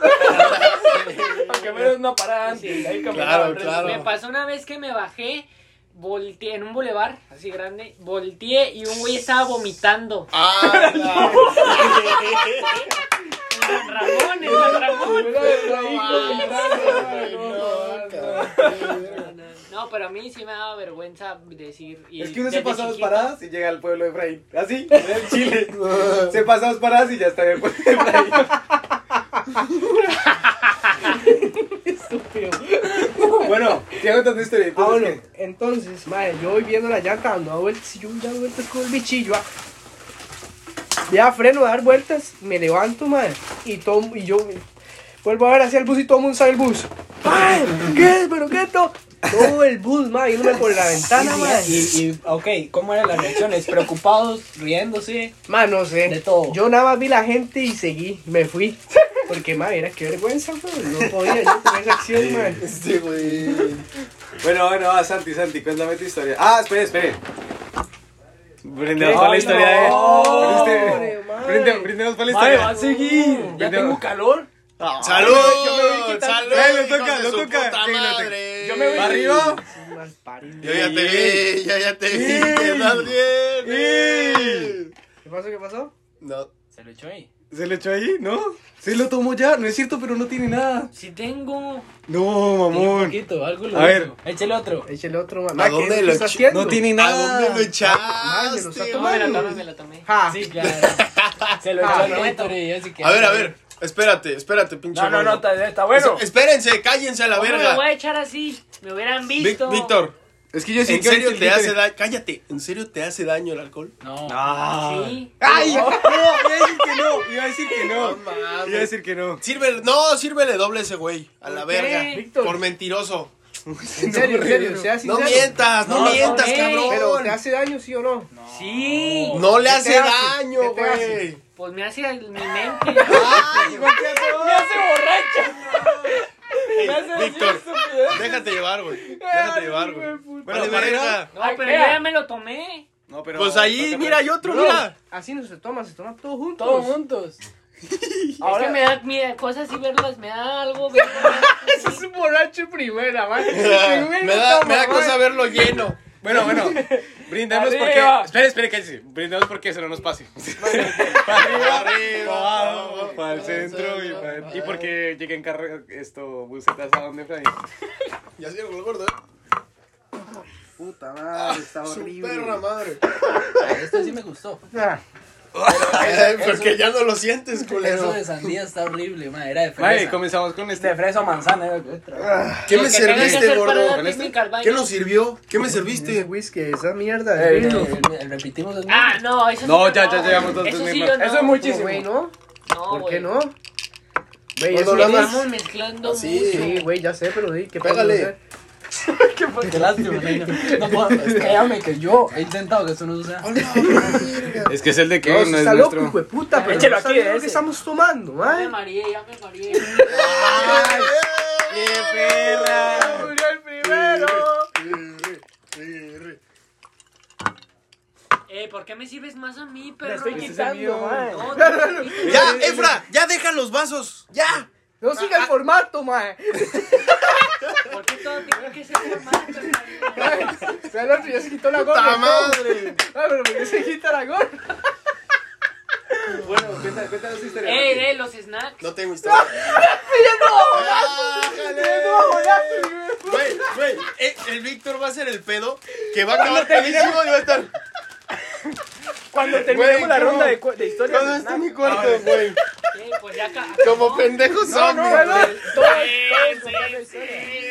Speaker 2: Aunque menos una parada antes. Ahí caminaba
Speaker 3: Claro,
Speaker 2: el resto.
Speaker 3: claro.
Speaker 5: Me pasó una vez que me bajé, volteé en un bulevar así grande, volteé y un güey estaba vomitando.
Speaker 3: Ah, la-
Speaker 5: Don Ramón, el Don Ramón.
Speaker 3: Ay, no, cabrón.
Speaker 5: No, pero a mí sí me daba vergüenza decir. y
Speaker 4: Es que uno se
Speaker 5: desde
Speaker 4: pasa dos
Speaker 5: chiquito-
Speaker 4: paradas y llega al pueblo de Efraín. Así, en Chile. Se pasa dos paradas y ya está en el pueblo de Efraín.
Speaker 1: Estúpido.
Speaker 4: Bueno, Tiago, ¿te historia.
Speaker 1: Ah, bueno,
Speaker 4: Entonces,
Speaker 1: entonces, madre, yo voy viendo la llanta dando vueltas y yo dando vueltas con el bichillo. ah. Ya freno a dar vueltas, me levanto, madre, y, tomo, y yo vuelvo a ver hacia el bus y todo el mundo sale el bus. ¡Madre! ¿Qué? ¿Pero qué esto? Todo el bus, madre, yéndome por la ventana, madre.
Speaker 2: Y, y, ok, ¿cómo eran las reacciones? ¿Preocupados? ¿Riéndose?
Speaker 1: Madre, no sé.
Speaker 2: De todo.
Speaker 1: Yo nada más vi la gente y seguí, me fui. Porque, madre, era qué vergüenza, weón. No podía yo con esa acción, madre.
Speaker 3: Este güey.
Speaker 4: qué? Bueno, bueno, va, Santi, Santi, cuéntame tu historia. Ah, espere, espere. Brindemos
Speaker 1: ¿Qué?
Speaker 4: para la
Speaker 1: Ay,
Speaker 4: historia de.
Speaker 1: no.
Speaker 4: Brinde-
Speaker 1: Madre.
Speaker 4: brinde- Brindemos para la
Speaker 2: Madre,
Speaker 4: historia.
Speaker 2: va a seguir. Ya
Speaker 4: Yo-
Speaker 2: Uh, tengo calor.
Speaker 4: Ah.
Speaker 3: ¡Salud!
Speaker 4: Yo me voy quitando-
Speaker 3: ¡Salud!
Speaker 4: Eh, le
Speaker 3: hijos
Speaker 4: toca,
Speaker 3: de
Speaker 4: le
Speaker 3: su
Speaker 4: toca.
Speaker 3: puta
Speaker 4: Sí, le toca.
Speaker 3: madre.
Speaker 4: Yo me voy. Arriba.
Speaker 1: Mal parido.
Speaker 3: Yo ya te vi, yo ya te vi.
Speaker 4: Sí.
Speaker 3: que andas bien. eh.
Speaker 4: Sí.
Speaker 1: ¿Qué pasó? ¿Qué pasó?
Speaker 3: No.
Speaker 2: Se lo echó ahí.
Speaker 4: ¿Se lo echó ahí? ¿No? Se lo tomó ya, no es cierto, pero no tiene nada.
Speaker 5: Si tengo.
Speaker 4: No,
Speaker 2: Tenía Un
Speaker 4: mamón.
Speaker 2: poquito, algo lo
Speaker 4: A ver.
Speaker 2: hizo. Échale otro.
Speaker 1: Échale otro, mamá.
Speaker 3: ¿A dónde
Speaker 1: ¿Qué
Speaker 3: lo
Speaker 1: estás
Speaker 3: ch-
Speaker 1: haciendo?
Speaker 4: No tiene
Speaker 3: ¿A
Speaker 4: nada.
Speaker 3: dónde lo
Speaker 1: Madre, lo está
Speaker 3: echaste?
Speaker 5: No, me la
Speaker 3: güey?
Speaker 5: tomé, me la tomé.
Speaker 1: Ja.
Speaker 2: Sí, claro. Se lo
Speaker 1: Ah,
Speaker 2: echó
Speaker 5: no.
Speaker 2: al Héctor y así que.
Speaker 3: A ver, a ver. Espérate, espérate, pinche.
Speaker 6: No, no, no,
Speaker 3: vago.
Speaker 6: está, está bueno.
Speaker 3: Es- Espérense, cállense a la
Speaker 5: ¿Cómo me
Speaker 3: verga.
Speaker 5: voy a echar así? Me hubieran
Speaker 3: Vic-
Speaker 5: visto.
Speaker 3: Víctor,
Speaker 4: Es que yo sí
Speaker 3: ¿en
Speaker 4: que
Speaker 3: serio
Speaker 4: el
Speaker 3: te
Speaker 4: títere-
Speaker 3: hace daño? Cállate, ¿en serio te hace daño el alcohol?
Speaker 2: No.
Speaker 4: Ah.
Speaker 5: Sí.
Speaker 4: ¡Ay! No, iba a decir que no, iba a decir que no.
Speaker 3: No mames.
Speaker 4: Iba a decir que no.
Speaker 3: Sírvele, no, sírvele doble ese güey. A la
Speaker 5: ¿Por qué,
Speaker 3: verga.
Speaker 1: Víctor?
Speaker 3: Por mentiroso.
Speaker 1: En serio, en serio, sea
Speaker 3: No
Speaker 1: sincero.
Speaker 3: mientas, no,
Speaker 5: No,
Speaker 3: mientas,
Speaker 5: no,
Speaker 3: cabrón.
Speaker 1: Pero, ¿te hace daño, sí o no?
Speaker 5: Sí.
Speaker 3: No le
Speaker 1: ¿Qué
Speaker 3: hace
Speaker 1: te hace?
Speaker 3: daño,
Speaker 1: ¿Qué te hace?
Speaker 3: güey.
Speaker 5: Pues me hace al- mi mente.
Speaker 3: Ay, güey.
Speaker 2: Me hace borracho. Me hace decir
Speaker 3: Víctor,
Speaker 2: estupidez.
Speaker 3: déjate llevar, güey. Déjate llevar, güey. Vale, verga.
Speaker 5: No,
Speaker 2: Ay,
Speaker 5: pero
Speaker 2: vea.
Speaker 5: yo ya me lo tomé.
Speaker 4: No, pero.
Speaker 3: Pues ahí, mira, hay otro,
Speaker 1: Bro,
Speaker 3: mira.
Speaker 1: Así no se toma, se toma todo juntos.
Speaker 2: Todos juntos.
Speaker 5: Ahora
Speaker 2: Ahora
Speaker 5: me da mira, cosas y verlas, me da algo. vergüenza.
Speaker 1: Ese es un borracho primera, man.
Speaker 3: Me da, me da cosa verlo lleno.
Speaker 4: Bueno, bueno. Brindemos porque.
Speaker 2: Arriba.
Speaker 4: Espere, espere, cállese. Brindemos porque se no nos pase.
Speaker 3: Arriba,
Speaker 4: Para el centro y para. Y porque llegué en carro. Esto, busetas a donde, Fran.
Speaker 3: Ya se lo gordo, eh.
Speaker 1: Puta madre, está
Speaker 3: Ah, Su
Speaker 1: horrible.
Speaker 3: perra madre.
Speaker 2: esto Este sí me gustó.
Speaker 1: Ah,
Speaker 3: Ay, Porque ya no lo sientes,
Speaker 2: Eso
Speaker 3: culero.
Speaker 2: de sandía está horrible, madre. Era de
Speaker 4: Vale,
Speaker 2: fresa.
Speaker 4: comenzamos con
Speaker 6: De
Speaker 4: este.
Speaker 6: fresa o manzana. eh, otra.
Speaker 3: ¿Qué
Speaker 5: Lo
Speaker 3: me
Speaker 5: que tenga que
Speaker 3: serviste,
Speaker 5: hacer para
Speaker 3: gordo? este.
Speaker 5: dar técnica al baño.
Speaker 3: ¿Qué nos sirvió? ¿Qué me
Speaker 1: Ese
Speaker 3: serviste?
Speaker 1: whisky, esa mierda.
Speaker 6: Eh,
Speaker 1: es
Speaker 2: El-
Speaker 1: vino.
Speaker 2: el- el- repetimos el mismo.
Speaker 5: Ah, no, eso sí
Speaker 4: No,
Speaker 5: yo
Speaker 4: ya, ya llegamos dos
Speaker 5: Eso
Speaker 4: mil
Speaker 5: sí
Speaker 4: más.
Speaker 5: yo no.
Speaker 6: Eso es
Speaker 1: Como,
Speaker 6: muchísimo.
Speaker 1: güey, ¿no?
Speaker 5: No,
Speaker 1: ¿Por
Speaker 5: güey.
Speaker 1: qué no? Güey,
Speaker 3: Cuando
Speaker 1: eso
Speaker 3: lo hagas-
Speaker 5: Estamos mezclando
Speaker 3: Así.
Speaker 5: mucho.
Speaker 1: Sí, güey, ya sé, pero sí, ¿qué puedo
Speaker 3: Pégale.
Speaker 1: hacer?
Speaker 2: Qué lástima, reina. No puedo. es que Créame que yo he intentado que esto no suceda.
Speaker 3: Hola, verga.
Speaker 4: Es que es el de
Speaker 1: No,
Speaker 4: que
Speaker 1: si
Speaker 4: no es
Speaker 1: está loco,
Speaker 4: nuestro.
Speaker 1: hijo de puta, pero
Speaker 6: Échelo
Speaker 1: no
Speaker 6: aquí,
Speaker 1: sabe lo
Speaker 6: ese.
Speaker 1: que estamos tomando,
Speaker 5: Ya me
Speaker 1: man.
Speaker 5: mareé, ya me mareé.
Speaker 3: Ay,
Speaker 4: ¡Qué perra!
Speaker 5: Eh, ¿por qué me sirves más a mí,
Speaker 6: Me
Speaker 5: perro?
Speaker 6: estoy quitando, mae.
Speaker 5: No, tú me quitas.
Speaker 3: Ya, Efra, ya deja los vasos. Ya.
Speaker 1: No
Speaker 6: Ah,
Speaker 1: siga el formato, man.
Speaker 5: ¿Por qué todo tiene que ser normal, perro?
Speaker 1: O sea, el otro ya se quitó la gorra.
Speaker 3: ¡Puta
Speaker 1: ¿no?
Speaker 3: madre!
Speaker 1: Ah, pero ¿por qué se quita la gorra?
Speaker 4: Bueno, cuéntanos cuéntanos tu historia. Santi.
Speaker 5: Eh, eh, los snacks.
Speaker 3: No tengo historia. ¡Bájale! Güey, güey, eh, el Víctor va a ser el pedo que va a acabar pedísimo y va a estar.
Speaker 6: Cuando terminemos la
Speaker 3: ¿cómo?
Speaker 6: ronda de, cu- de historias.
Speaker 3: ¿Dónde
Speaker 6: de
Speaker 3: está
Speaker 6: snack.
Speaker 3: mi cuarto, güey?
Speaker 5: Eh, pues ya acá.
Speaker 3: Como pendejos
Speaker 6: No,
Speaker 1: Ah,
Speaker 3: son,
Speaker 6: no,
Speaker 3: güey.
Speaker 6: no.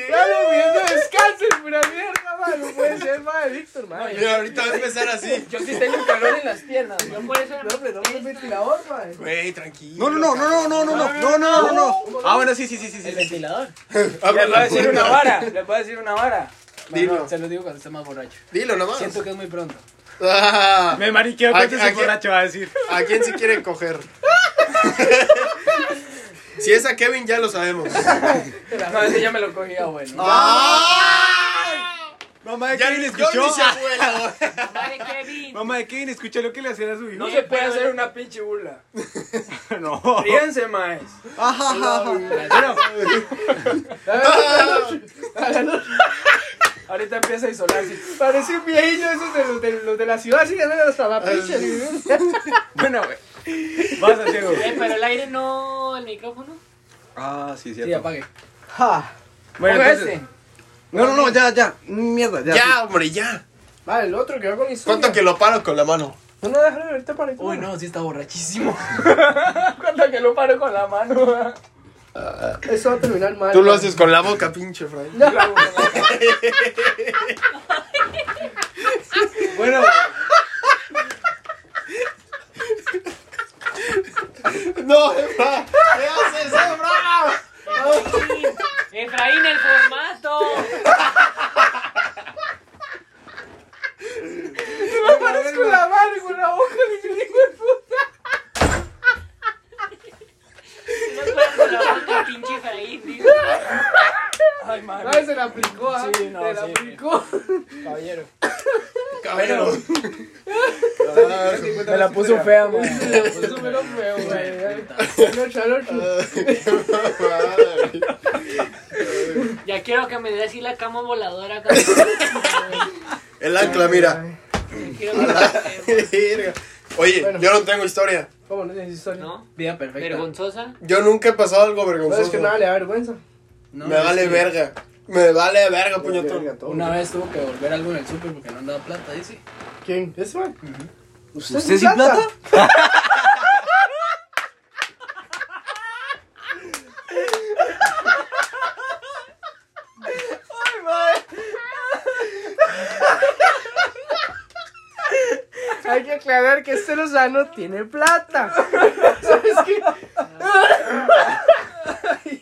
Speaker 1: Claro, viendo descansen, pura mierda, man. No puede ser, man, Víctor, man.
Speaker 3: Mira, ahorita va a empezar así.
Speaker 2: Yo sí tengo calor en las piernas.
Speaker 5: Yo por eso
Speaker 1: No, hombre, dame un ventilador, man.
Speaker 3: Güey, tranquilo.
Speaker 4: No, no, no, no, no, no, no, no, no, no, no. Ah, bueno, sí, sí, sí, sí,
Speaker 2: El
Speaker 4: sí. sí.
Speaker 2: ventilador.
Speaker 3: Abre
Speaker 6: Les voy a
Speaker 3: la
Speaker 6: decir
Speaker 3: puerta.
Speaker 6: una vara. Les voy a decir una vara.
Speaker 2: Bueno,
Speaker 3: Dilo.
Speaker 2: se lo digo cuando esté más borracho.
Speaker 3: Dilo nomás.
Speaker 2: Siento que es muy pronto.
Speaker 3: Ah,
Speaker 4: Me mariqueo
Speaker 3: ¿A-
Speaker 4: con
Speaker 3: a
Speaker 4: ese
Speaker 3: quién?
Speaker 4: borracho va a decir.
Speaker 3: ¿A quién se quieren coger? Si es a Kevin, ya lo sabemos.
Speaker 2: No, ese ya me lo cogía, bueno.
Speaker 4: Mamá de
Speaker 3: Ya
Speaker 4: Kevin
Speaker 3: ni yo
Speaker 4: escuchó.
Speaker 3: ni se abuela.
Speaker 5: Dale, Kevin.
Speaker 4: Mamá de Kevin escuchó lo que le hacían a su hijo.
Speaker 6: No se puede hacer una pinche burla.
Speaker 4: No.
Speaker 6: Ríense, maes. Ahorita empieza a isolarse.
Speaker 1: Parece un viejillo esos de los de, los de la ciudad, así ganan hasta la
Speaker 3: Ah.
Speaker 1: pinche.
Speaker 4: Bueno, güey. Vas a ciego.
Speaker 5: Eh, pero el aire no, el micrófono.
Speaker 4: Ah, sí,
Speaker 2: Sí, apague.
Speaker 1: Ja.
Speaker 4: Bueno,
Speaker 6: Ponga
Speaker 4: entonces-
Speaker 1: este.
Speaker 4: No, no, no, ya, ya. Mierda, ya.
Speaker 3: Ya, hombre, ya.
Speaker 1: Vale, el otro que va con mi historia.
Speaker 3: ¿Cuánto que lo paro con la mano?
Speaker 1: No, no, déjalo ahorita para ahorita.
Speaker 2: Uy, no, sí está borrachísimo.
Speaker 6: Cuenta que lo paro con la mano.
Speaker 1: Esto va a terminar mal.
Speaker 3: Tú lo haces con la boca, pinche Fray.
Speaker 4: Bueno,
Speaker 3: No, Efra. ¿Qué haces, Efra?
Speaker 5: Efraín, el formato. No puedes la boca, pinche Efraín, digo.
Speaker 2: Ay, madre.
Speaker 1: Ay, se la aplicó, ah.
Speaker 2: Sí, no,
Speaker 1: se la
Speaker 2: sí.
Speaker 1: aplicó.
Speaker 2: Caballero.
Speaker 3: Caballero.
Speaker 2: Me la puso fea, madre.
Speaker 1: Eso me lo feo, güey. Noche a noche.
Speaker 3: Ah.
Speaker 5: Ya quiero que me des así la cama voladora. cabrón.
Speaker 3: El ancla, mira.
Speaker 5: Ya quiero que me des, eh,
Speaker 3: Verga. Oye,
Speaker 1: Bueno.
Speaker 3: yo no tengo historia.
Speaker 1: ¿Cómo no tienes historia?
Speaker 5: ¿No?
Speaker 2: Vida perfecta.
Speaker 5: Vergonzosa.
Speaker 3: Yo nunca he pasado algo
Speaker 1: No,
Speaker 3: vergonzoso.
Speaker 1: es que nada le da vergüenza.
Speaker 2: No,
Speaker 3: Me vale
Speaker 2: sí.
Speaker 3: verga. Me vale verga, puñetón.
Speaker 2: Una vez tuvo que volver algo en el súper porque no andaba plata, dice.
Speaker 1: ¿Quién? ¿Ese man? ¿Usted,
Speaker 4: ¿usted sin plata?
Speaker 1: Hay que aclarar que este Lozano tiene plata. ¿Sabes qué?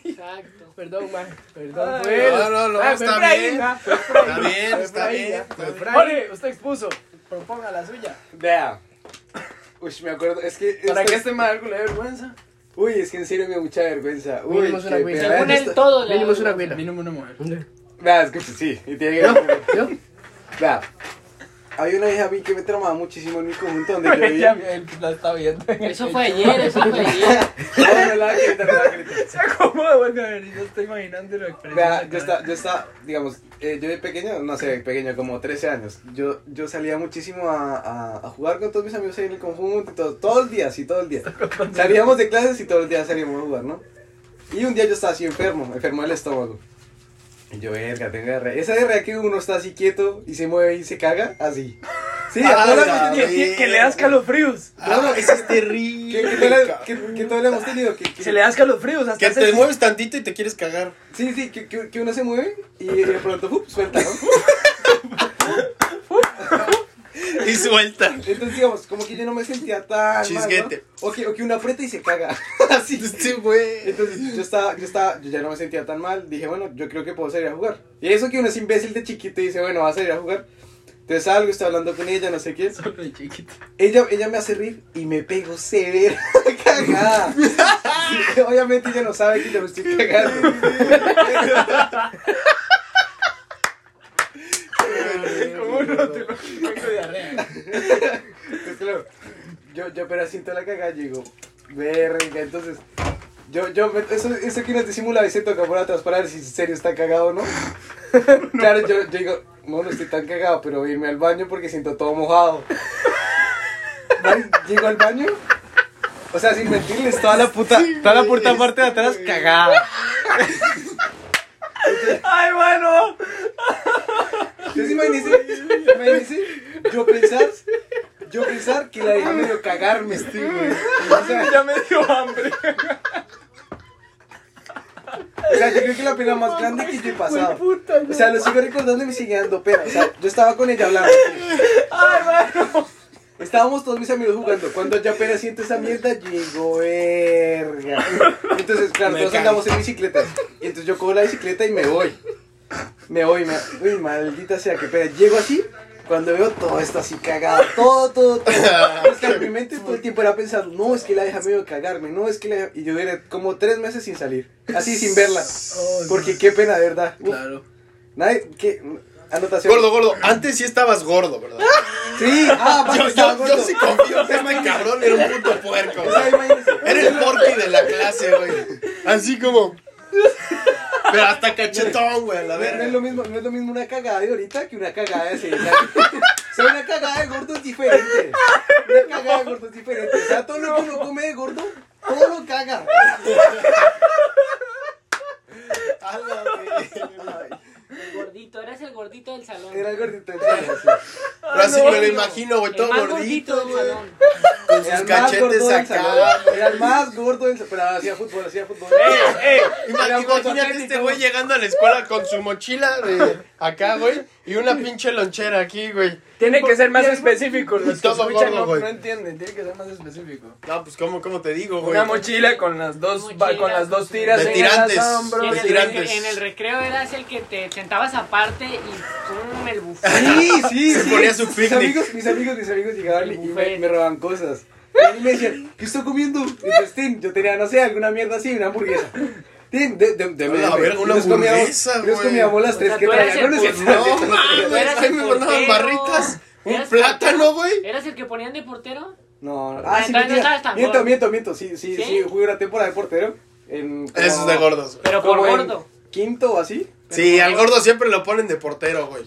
Speaker 5: Exacto.
Speaker 1: Perdón, man. Perdón,
Speaker 6: pues.
Speaker 1: güey.
Speaker 3: No, no, no,
Speaker 1: Ah, fue
Speaker 3: está
Speaker 1: por ahí,
Speaker 3: bien.
Speaker 1: ah,
Speaker 3: Está bien, está
Speaker 1: ahí,
Speaker 3: bien.
Speaker 1: ah, fue por ahí.
Speaker 2: Jorge, usted expuso. Proponga la suya.
Speaker 4: vea. Uy, me acuerdo, es que.
Speaker 2: ¿Para
Speaker 4: esto
Speaker 2: que
Speaker 4: es-
Speaker 2: este mal le dé vergüenza?
Speaker 4: Uy, es que en serio me da mucha vergüenza. Uy,
Speaker 1: Mínimo es
Speaker 4: qué
Speaker 1: una güey.
Speaker 4: pena.
Speaker 5: Según
Speaker 1: Vean
Speaker 5: él, todo. le da
Speaker 1: Mínimo es una
Speaker 5: vergüenza.
Speaker 1: vela.
Speaker 2: Mínimo una mujer.
Speaker 4: Vea, es que sí, y tiene que
Speaker 1: ¿Yo?
Speaker 6: Eh,
Speaker 4: Vea, había una hija a mí que me tramaba muchísimo en mi conjunto donde yo
Speaker 2: Ya
Speaker 4: vivía.
Speaker 2: él la está viendo.
Speaker 5: Eso fue ayer, eso fue ayer.
Speaker 4: No, no la haga gritar, no la haga gritar.
Speaker 2: Se acomoda, güey. Yo estoy imaginando la
Speaker 4: Vea,
Speaker 2: experiencia.
Speaker 4: yo estaba, yo estaba, digamos, eh, yo de pequeño, no sé, pequeño, como 13 años, yo, yo salía muchísimo a, a, a jugar con todos mis amigos ahí en el conjunto, y todo, todo el día, sí, todo el día. Salíamos de clases y todos los días salíamos a jugar, ¿no? Y un día yo estaba así enfermo, enfermo del estómago. Y yo, verga, tengo diarrea. Esa diarrea que uno está así quieto y se mueve y se caga, así. Sí, a
Speaker 3: Ah,
Speaker 4: toda la
Speaker 3: la
Speaker 4: cuestión-
Speaker 3: verga.
Speaker 2: Que, que le das calofríos.
Speaker 3: No, no, ese es
Speaker 4: que,
Speaker 3: terrible.
Speaker 4: que, toda la- que- que todo lo hemos tenido. Que, que-
Speaker 2: Si le das calofríos, hasta
Speaker 3: Que
Speaker 2: hace-
Speaker 3: te mueves tantito y te quieres cagar.
Speaker 4: Sí, sí, que, que, que uno se mueve y de pronto, ¡fup! suelta, ¿no?
Speaker 3: Y suelta.
Speaker 4: Entonces, digamos, como que yo no me sentía tan mal,
Speaker 3: Chisguete.
Speaker 4: ¿no? O que, o que una aprieta y se caga. Así.
Speaker 3: Este güey.
Speaker 4: Entonces, yo estaba, yo estaba, yo ya no me sentía tan mal. Dije, bueno, yo creo que puedo salir a jugar. Y eso que uno es imbécil de chiquito y dice, bueno, vas a salir a jugar. Entonces salgo, estoy hablando con ella, no sé qué.
Speaker 2: Solo de chiquito.
Speaker 4: Ella, ella me hace reír y me pego severa cagada. Sí, obviamente ella no sabe que yo me estoy cagando.
Speaker 2: ¿Cómo no? Te lo tengo diarrea.
Speaker 4: Entonces, claro, yo, yo apenas siento la cagada, yo digo, verga, entonces, yo, yo, me- eso, eso que nos disimula y se toca por atrás para ver si en serio está cagado o no. claro, yo, yo digo, no, no estoy tan cagado, pero voy a irme al baño porque siento todo mojado. Man, Llego al baño, o sea, sin mentirles, toda la puta, toda la puta parte de atrás cagada.
Speaker 2: Ay, mano.
Speaker 4: Entonces, imagínense, imagínense, yo pensar, yo pensar que la dejé medio cagarme, este, güey. O sea,
Speaker 2: Ya me dio hambre.
Speaker 4: O sea, yo creo que la pena más grande que yo he pasado. O sea, lo sigo recordando y me sigue dando pena. O sea, yo estaba con ella hablando.
Speaker 2: Ay, mano.
Speaker 4: Estábamos todos mis amigos jugando. Cuando yo apenas siento esa mierda, llego, verga. Entonces, claro,
Speaker 3: Me
Speaker 4: todos
Speaker 3: cago.
Speaker 4: andamos en bicicletas. Y entonces yo cojo la bicicleta y me voy. Me voy, me... uy, maldita sea, qué pena. Llego así, cuando veo todo esto así cagado, todo, todo, todo. Es que en mi mente todo el tiempo era pensar, no, es que la deja medio cagarme, no, es que la deja... Y yo duré como tres meses sin salir, así sin verla. Porque qué pena, de verdad. Uf,
Speaker 2: Claro.
Speaker 4: Nadie, qué... Anotación.
Speaker 3: Gordo, gordo. Antes sí estabas gordo, ¿verdad?
Speaker 4: Sí, ah, vamos,
Speaker 3: Yo,
Speaker 4: estaba
Speaker 3: yo, yo
Speaker 4: gordo.
Speaker 3: sí confío en este cabrón. Era un puto puerco.
Speaker 4: O sea, imagínese.
Speaker 3: Era el porky de la clase, güey. Así como. Pero hasta cachetón, güey, a la
Speaker 4: A ver, no es
Speaker 3: verga.
Speaker 4: lo mismo, no es lo mismo una cagada de ahorita que una cagada de seis años. O sea, una cagada de gordo es diferente. Una cagada de gordo es diferente. O sea, todo lo que uno come de gordo, todo lo caga.
Speaker 3: A la verga.
Speaker 5: El gordo gordito, eras el gordito del salón.
Speaker 7: Era el gordito del salón, sí.
Speaker 3: Pero así me lo imagino, güey,
Speaker 5: Ah, El
Speaker 3: todo
Speaker 5: más
Speaker 3: gordito,
Speaker 5: gordito del
Speaker 3: güey.
Speaker 5: salón.
Speaker 3: Con
Speaker 7: Era
Speaker 3: sus
Speaker 7: el más gordo
Speaker 3: cachetes
Speaker 7: del
Speaker 3: acá.
Speaker 7: salón. Era el más gordo del salón. Pero hacía fútbol, hacía fútbol. Era
Speaker 6: eh,
Speaker 3: Ima-
Speaker 7: un
Speaker 3: Imagínate
Speaker 7: guacatético.
Speaker 3: este güey llegando a la escuela con su mochila de acá, güey, y una pinche lonchera aquí, güey.
Speaker 6: Tiene que ser más específico. Los que
Speaker 3: Todo
Speaker 6: escuchan
Speaker 3: gordo,
Speaker 6: no,
Speaker 3: güey.
Speaker 6: no entienden, tiene que ser más específico.
Speaker 3: No, pues, ¿cómo, cómo te digo, güey?
Speaker 6: Una mochila con las dos
Speaker 5: Mochila.
Speaker 6: va- con las dos tiras
Speaker 3: De
Speaker 6: en
Speaker 3: tirantes.
Speaker 6: el hombro.
Speaker 5: Y en,
Speaker 3: Los
Speaker 5: el
Speaker 3: tirantes.
Speaker 5: recre- en el recreo eras el que te sentabas aparte y pum, el buffet.
Speaker 7: Sí, sí,
Speaker 3: Se
Speaker 7: sí.
Speaker 3: ponía su
Speaker 7: mis
Speaker 3: picnic.
Speaker 7: amigos, mis amigos, mis amigos llegaban y me,
Speaker 5: buffet.
Speaker 7: me robaban cosas. Y me decían, ¿qué estoy comiendo? Entonces, tin, yo tenía, no sé, alguna mierda así, una hamburguesa. Tin, de, de, de,
Speaker 3: A la
Speaker 7: de-
Speaker 3: verga,
Speaker 7: y
Speaker 3: una
Speaker 7: nos comíamos-
Speaker 3: hamburguesa,
Speaker 7: y Nos
Speaker 3: güey.
Speaker 7: comíamos las tres
Speaker 5: sea,
Speaker 7: que
Speaker 5: tú eres
Speaker 7: traían.
Speaker 5: el
Speaker 7: No, no es
Speaker 5: portero.
Speaker 7: cierto.
Speaker 3: No, mames,
Speaker 5: eras
Speaker 3: ahí
Speaker 5: el
Speaker 3: me mandaban
Speaker 5: portero.
Speaker 3: barritas, un
Speaker 5: Eras-
Speaker 3: plátano, güey.
Speaker 5: ¿Eras el que ponían de portero?
Speaker 7: No,
Speaker 5: Ah,
Speaker 7: ah, sí,
Speaker 5: entonces no estabas
Speaker 7: mentira.
Speaker 5: tan
Speaker 7: Miento,
Speaker 5: gordo.
Speaker 7: miento, miento. Sí, sí,
Speaker 5: ¿Sí?
Speaker 7: sí, jugué una temporada de portero. En, como-
Speaker 3: Eso es de gordos, güey.
Speaker 5: Pero por
Speaker 7: como en
Speaker 5: gordo.
Speaker 7: Quinto o así.
Speaker 3: Sí, al gordo siempre lo ponen de portero, güey.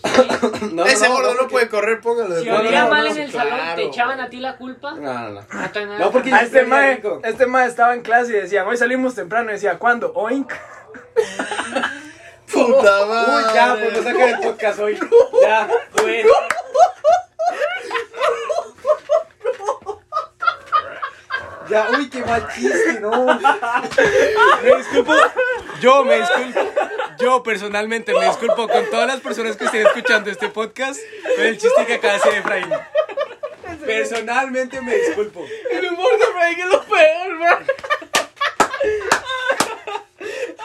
Speaker 7: No,
Speaker 3: Ese
Speaker 7: no,
Speaker 3: gordo no,
Speaker 7: porque-
Speaker 3: puede correr, póngalo de
Speaker 5: Si
Speaker 7: no,
Speaker 5: olía
Speaker 7: no,
Speaker 5: mal
Speaker 7: no,
Speaker 5: en el salón, te echaban a ti la culpa.
Speaker 4: No, no, no.
Speaker 5: Ah, tú
Speaker 7: No, porque-
Speaker 6: A este
Speaker 7: Estrella
Speaker 6: mae,
Speaker 7: Rico.
Speaker 6: este mae estaba en clase y decían, hoy salimos temprano. Y decía, ¿cuándo? Oink.
Speaker 3: Puta
Speaker 7: Uy, ya, pues no
Speaker 3: madre.
Speaker 7: sacar el podcast hoy. Ya, pues. Ya, uy, qué mal chiste, no.
Speaker 4: Me disculpo. Yo me disculpo. Yo personalmente me disculpo con todas las personas que estén escuchando este podcast por el chiste que acaba de hacer Efraín.
Speaker 7: Personalmente me disculpo.
Speaker 6: El humor de Frank es lo peor, man. Ay,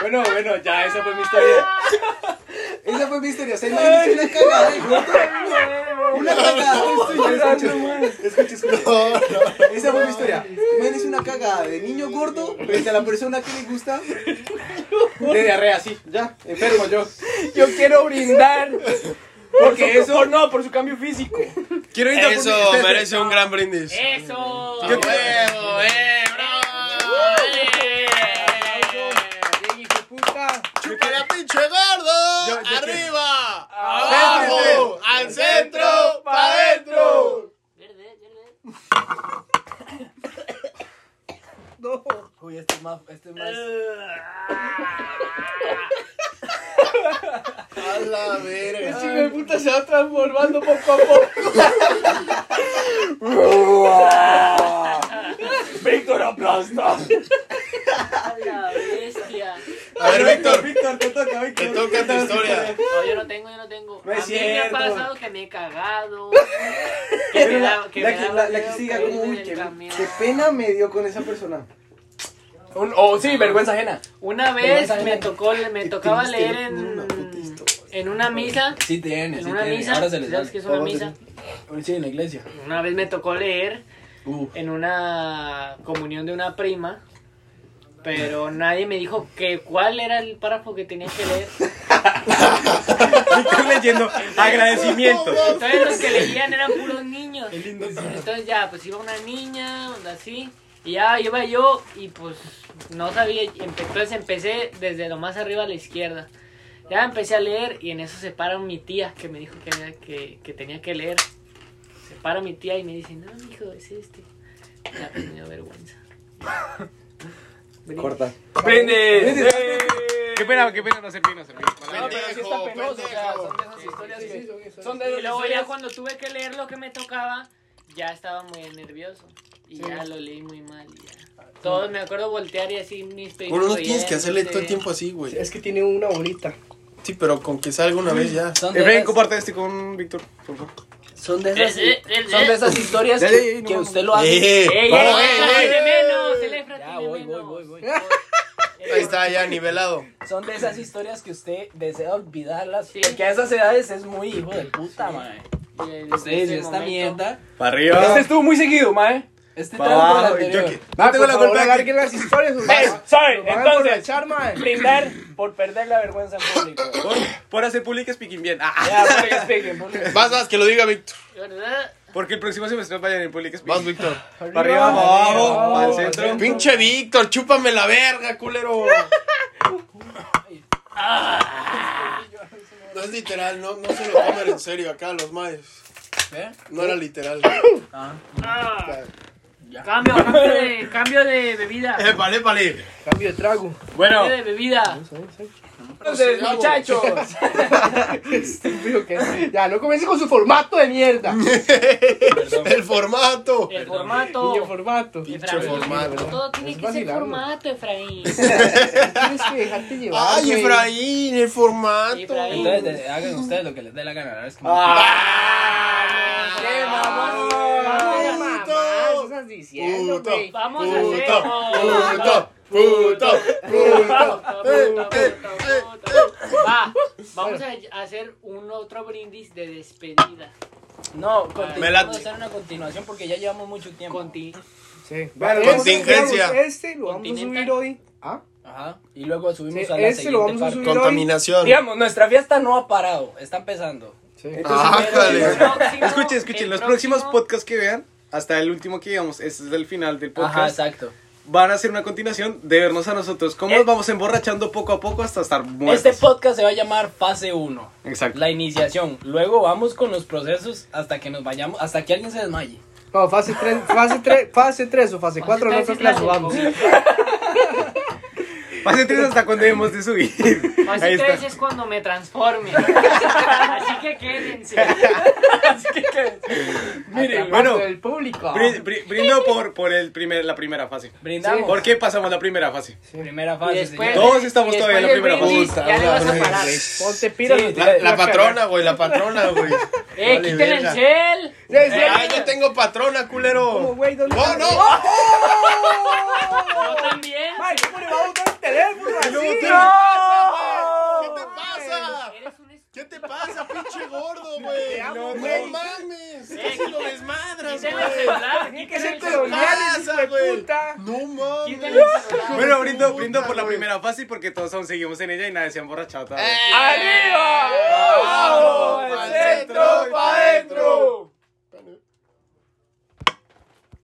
Speaker 7: Bueno, bueno, ya, esa fue mi historia. Esa fue mi historia. Se imagínense una cagada de gordo. Una cagada. Escucha, escucha, escucha.
Speaker 3: No, no.
Speaker 7: Esa fue mi historia. Imagínense una cagada de niño gordo frente a la persona que le gusta. De diarrea, sí. Ya, enfermo yo.
Speaker 6: mae. Yo quiero brindar. Porque eso. no, por su cambio físico.
Speaker 4: Quiero ir a
Speaker 3: Eso merece un gran brindis.
Speaker 5: Eh,
Speaker 3: Ah,
Speaker 5: ¡Eso!
Speaker 3: ¡Qué huevo, eh, bravo! ¡Chupa la pinche gordo! ¡Arriba! ¡Abajo! ¡Al centro! ¡Pa' adentro!
Speaker 5: Verde, verde.
Speaker 2: Uy, este es más, este es más.
Speaker 6: Eh.
Speaker 3: ¡A la verga!
Speaker 6: Chico de puta se va transformando poco a poco.
Speaker 2: Víctor aplasta.
Speaker 5: ¡A la bestia!
Speaker 3: A ver, Víctor,
Speaker 7: Víctor, te toca,
Speaker 3: te
Speaker 7: Víctor.
Speaker 3: toca tu historia.
Speaker 5: No, yo no tengo, yo no tengo.
Speaker 7: No es
Speaker 5: a mí me ha
Speaker 7: cierto.
Speaker 5: pasado que me he cagado. Que me da, que
Speaker 7: la,
Speaker 5: me
Speaker 7: que,
Speaker 5: da
Speaker 7: la, la que
Speaker 5: miedo
Speaker 7: siga
Speaker 5: caerme
Speaker 7: como, uy,
Speaker 5: del
Speaker 7: qué,
Speaker 5: camión.
Speaker 7: qué pena me dio con esa persona.
Speaker 6: Un- O
Speaker 2: Ah.
Speaker 6: sí, vergüenza ajena.
Speaker 5: Una vez me tocó, me tocaba leer en, en una misa.
Speaker 2: Sí tiene,
Speaker 5: En
Speaker 2: sí
Speaker 5: una
Speaker 2: tiene.
Speaker 5: misa.
Speaker 2: Ahora se les da.
Speaker 5: ¿Sabes qué es una misa?
Speaker 2: Sí, en la iglesia.
Speaker 5: Una vez me tocó leer
Speaker 2: Uh.
Speaker 5: en una comunión de una prima, pero nadie me dijo que cuál era el párrafo que tenía que leer.
Speaker 4: Víctor leyendo agradecimiento.
Speaker 5: Entonces los que leían eran puros niños. Entonces ya, pues iba una niña, onda así, y ya iba yo y pues no sabía, empe- entonces empecé desde lo más arriba a la izquierda. Ya empecé a leer y en eso se para mi tía que me dijo que, había- que, que tenía que leer. Se para mi tía y me dice, no, hijo, es este. Ya, pues me dio vergüenza. Brindis.
Speaker 7: Corta.
Speaker 6: Brindis.
Speaker 4: Qué pena, qué pena no servir, no servir.
Speaker 6: No, pero sí está penoso. O sea, son de esas historias que. Son de
Speaker 5: Y
Speaker 6: esas
Speaker 5: luego ya
Speaker 6: historias-
Speaker 5: cuando tuve que leer lo que me tocaba, ya estaba muy nervioso. Y ya lo leí muy mal. Y
Speaker 6: Ah,
Speaker 5: ya. Todos me acuerdo voltear y así mis pedidos.
Speaker 3: Bueno, no tienes que hacerle todo el tiempo así, güey.
Speaker 1: Es que tiene una bolita.
Speaker 3: Sí, pero con que salga una vez ya.
Speaker 2: Son de
Speaker 4: Efraín,
Speaker 2: esas-
Speaker 4: comparte este con Víctor, por favor.
Speaker 2: Son de
Speaker 5: Eh,
Speaker 2: esas, son de esas historias
Speaker 4: Ya, ya, ya,
Speaker 2: que,
Speaker 4: no,
Speaker 2: que
Speaker 4: no.
Speaker 2: usted lo hace.
Speaker 3: ¡Eh!
Speaker 5: ¡Ey, ey,
Speaker 3: para,
Speaker 5: ey,
Speaker 3: eh, eh.
Speaker 5: tiene menos! El Efra
Speaker 2: Ya,
Speaker 5: tiene
Speaker 2: voy, voy,
Speaker 5: menos.
Speaker 2: voy, voy.
Speaker 3: Ahí está, ya nivelado.
Speaker 2: Son de esas historias que usted desea olvidarlas.
Speaker 5: Sí.
Speaker 2: Porque a esas edades es muy hijo de puta, mae.
Speaker 5: Y en
Speaker 2: Usted
Speaker 5: ese
Speaker 2: dice, esta
Speaker 5: momento-
Speaker 2: mierda.
Speaker 4: Para
Speaker 6: Este
Speaker 4: arriba.
Speaker 6: estuvo muy seguido, mae.
Speaker 2: Este
Speaker 4: Ah. Pa'
Speaker 2: trago
Speaker 4: abajo,
Speaker 2: del
Speaker 4: y yo
Speaker 2: anterior.
Speaker 4: que- No tengo la culpa de que-
Speaker 1: Carguen las historias. o
Speaker 6: Ey,
Speaker 1: sea,
Speaker 6: Sorry,
Speaker 1: lo van a
Speaker 6: entonces.
Speaker 1: aprovechar, mae.
Speaker 6: Brindar por perder la vergüenza en público.
Speaker 4: Por- Por hacer público speaking bien. Ah,
Speaker 6: Ya, public speaking, public
Speaker 3: Vas, vas, que lo diga Víctor.
Speaker 5: ¿Verdad?
Speaker 4: Porque el próximo semestre vayan en público
Speaker 3: Vas,
Speaker 4: speaking.
Speaker 3: Víctor.
Speaker 4: Para arriba, abajo, para el centro.
Speaker 3: Pinche Víctor, chúpame la verga, culero. No es literal, no, no se lo tomen en serio acá los mayos.
Speaker 2: ¿Eh?
Speaker 3: No era literal.
Speaker 2: Ah. Ya.
Speaker 5: Cambio, cambio de, cambio de bebida.
Speaker 3: Eh, vale, vale.
Speaker 1: Cambio de trago.
Speaker 6: Bueno,
Speaker 5: Cambio de bebida.
Speaker 6: entonces, muchachos,
Speaker 1: Estúpido que es. Ya, no comience con su formato de mierda.
Speaker 3: El formato.
Speaker 5: El
Speaker 1: Niño
Speaker 5: formato.
Speaker 1: formato.
Speaker 5: Efraín,
Speaker 3: formato.
Speaker 5: Todo tiene
Speaker 1: Es
Speaker 5: que ser
Speaker 1: vacilarlo.
Speaker 5: formato, Efraín.
Speaker 1: Tienes que dejarte llevar.
Speaker 3: Ay,
Speaker 1: güey.
Speaker 3: Efraín, el formato.
Speaker 5: Efraín.
Speaker 2: Entonces, de- hagan ustedes lo que les dé la gana. la verdad es que-
Speaker 3: Ah.
Speaker 5: ¡Qué mamón!
Speaker 1: Ay,
Speaker 5: Vamos
Speaker 1: mamá,
Speaker 3: Puto.
Speaker 1: ¿qué estás diciendo,
Speaker 3: Puto,
Speaker 1: güey?
Speaker 5: Vamos a
Speaker 3: puto,
Speaker 5: hacer-
Speaker 3: puto, puto, puto.
Speaker 5: a-
Speaker 3: Eh, eh, eh,
Speaker 5: Va, vamos a hacer un otro brindis de despedida.
Speaker 2: No, continu-
Speaker 3: Me late.
Speaker 2: vamos a hacer una continuación porque ya llevamos mucho tiempo.
Speaker 5: Conti.
Speaker 1: Sí.
Speaker 7: Vale,
Speaker 1: Este Vamos a-
Speaker 3: contingencia.
Speaker 1: digamos, Este lo vamos a
Speaker 5: Continental.
Speaker 1: subir hoy. Ah,
Speaker 2: Ajá. Y luego subimos
Speaker 1: Sí,
Speaker 2: este a la
Speaker 1: ese
Speaker 2: siguiente
Speaker 1: lo vamos a
Speaker 2: parte.
Speaker 1: subir.
Speaker 3: Contaminación.
Speaker 2: Digamos, nuestra fiesta no ha parado. Está empezando.
Speaker 1: sí.
Speaker 4: Ah.
Speaker 3: Ájale.
Speaker 4: Escuchen, escuchen, los próximos podcasts que vean, hasta el último que digamos, este es el final del
Speaker 2: Ajá,
Speaker 4: podcast,
Speaker 2: exacto.
Speaker 4: van a hacer una continuación de vernos a nosotros, cómo
Speaker 2: Eh.
Speaker 4: nos vamos emborrachando poco a poco hasta estar muertos.
Speaker 2: Este podcast se va a llamar fase 1.
Speaker 4: Exacto.
Speaker 2: La iniciación. Luego vamos con los procesos hasta que nos vayamos, hasta que alguien se desmaye.
Speaker 1: No, fase 3, fase 3, fase 3 o fase 4 no creo que la subamos.
Speaker 4: Pase tres hasta cuando debemos de subir. Ahí
Speaker 5: Así
Speaker 4: está.
Speaker 5: tres es cuando me transforme. Así que quédense.
Speaker 1: Mire,
Speaker 4: bueno.
Speaker 1: el público.
Speaker 4: Bri- bri- Brindo por, por el primer, la primera fase.
Speaker 2: Brindamos.
Speaker 4: ¿Por qué pasamos la primera fase?
Speaker 2: Primera
Speaker 5: Y
Speaker 2: fase.
Speaker 5: después,
Speaker 2: señores.
Speaker 4: Todos estamos
Speaker 5: y
Speaker 4: todavía en la
Speaker 5: después
Speaker 4: primera
Speaker 5: del brindis,
Speaker 3: fase.
Speaker 5: Ya le vas a
Speaker 3: Puta,
Speaker 5: parar.
Speaker 1: Ponte pila.
Speaker 2: Sí,
Speaker 3: La, la patrona, güey, la patrona, güey.
Speaker 5: Eh,
Speaker 3: Vale,
Speaker 5: quiten el
Speaker 3: verga.
Speaker 5: cel.
Speaker 3: Ay, yo tengo patrona, culero.
Speaker 1: güey, ¿dónde
Speaker 3: Eh. Oh, No,
Speaker 1: está?
Speaker 3: no.
Speaker 5: Yo también.
Speaker 1: Ay, ¿cómo le va a botar el teléfono así?
Speaker 3: ¿Qué te pasa,
Speaker 1: ¡Oh,
Speaker 3: güey? ¿Qué te pasa?
Speaker 5: Eres un es-
Speaker 3: ¿Qué te pasa, pinche gordo, güey?
Speaker 1: amo,
Speaker 3: No,
Speaker 1: güey.
Speaker 3: mames.
Speaker 5: Eh,
Speaker 3: Casi lo desmadras,
Speaker 5: Quiten el
Speaker 3: güey.
Speaker 5: celular.
Speaker 1: Tiene que ser
Speaker 5: quiten el celular.
Speaker 1: coloniales,
Speaker 3: pasa,
Speaker 1: hijo de
Speaker 3: güey?
Speaker 1: puta.
Speaker 3: No mames.
Speaker 5: Quiten el celular.
Speaker 4: Bueno, brindo,
Speaker 3: Puta,
Speaker 4: brindo por la
Speaker 3: güey.
Speaker 4: primera fase porque todos aún seguimos en ella y nadie se ha emborrachado todavía.
Speaker 3: ¡Arriba!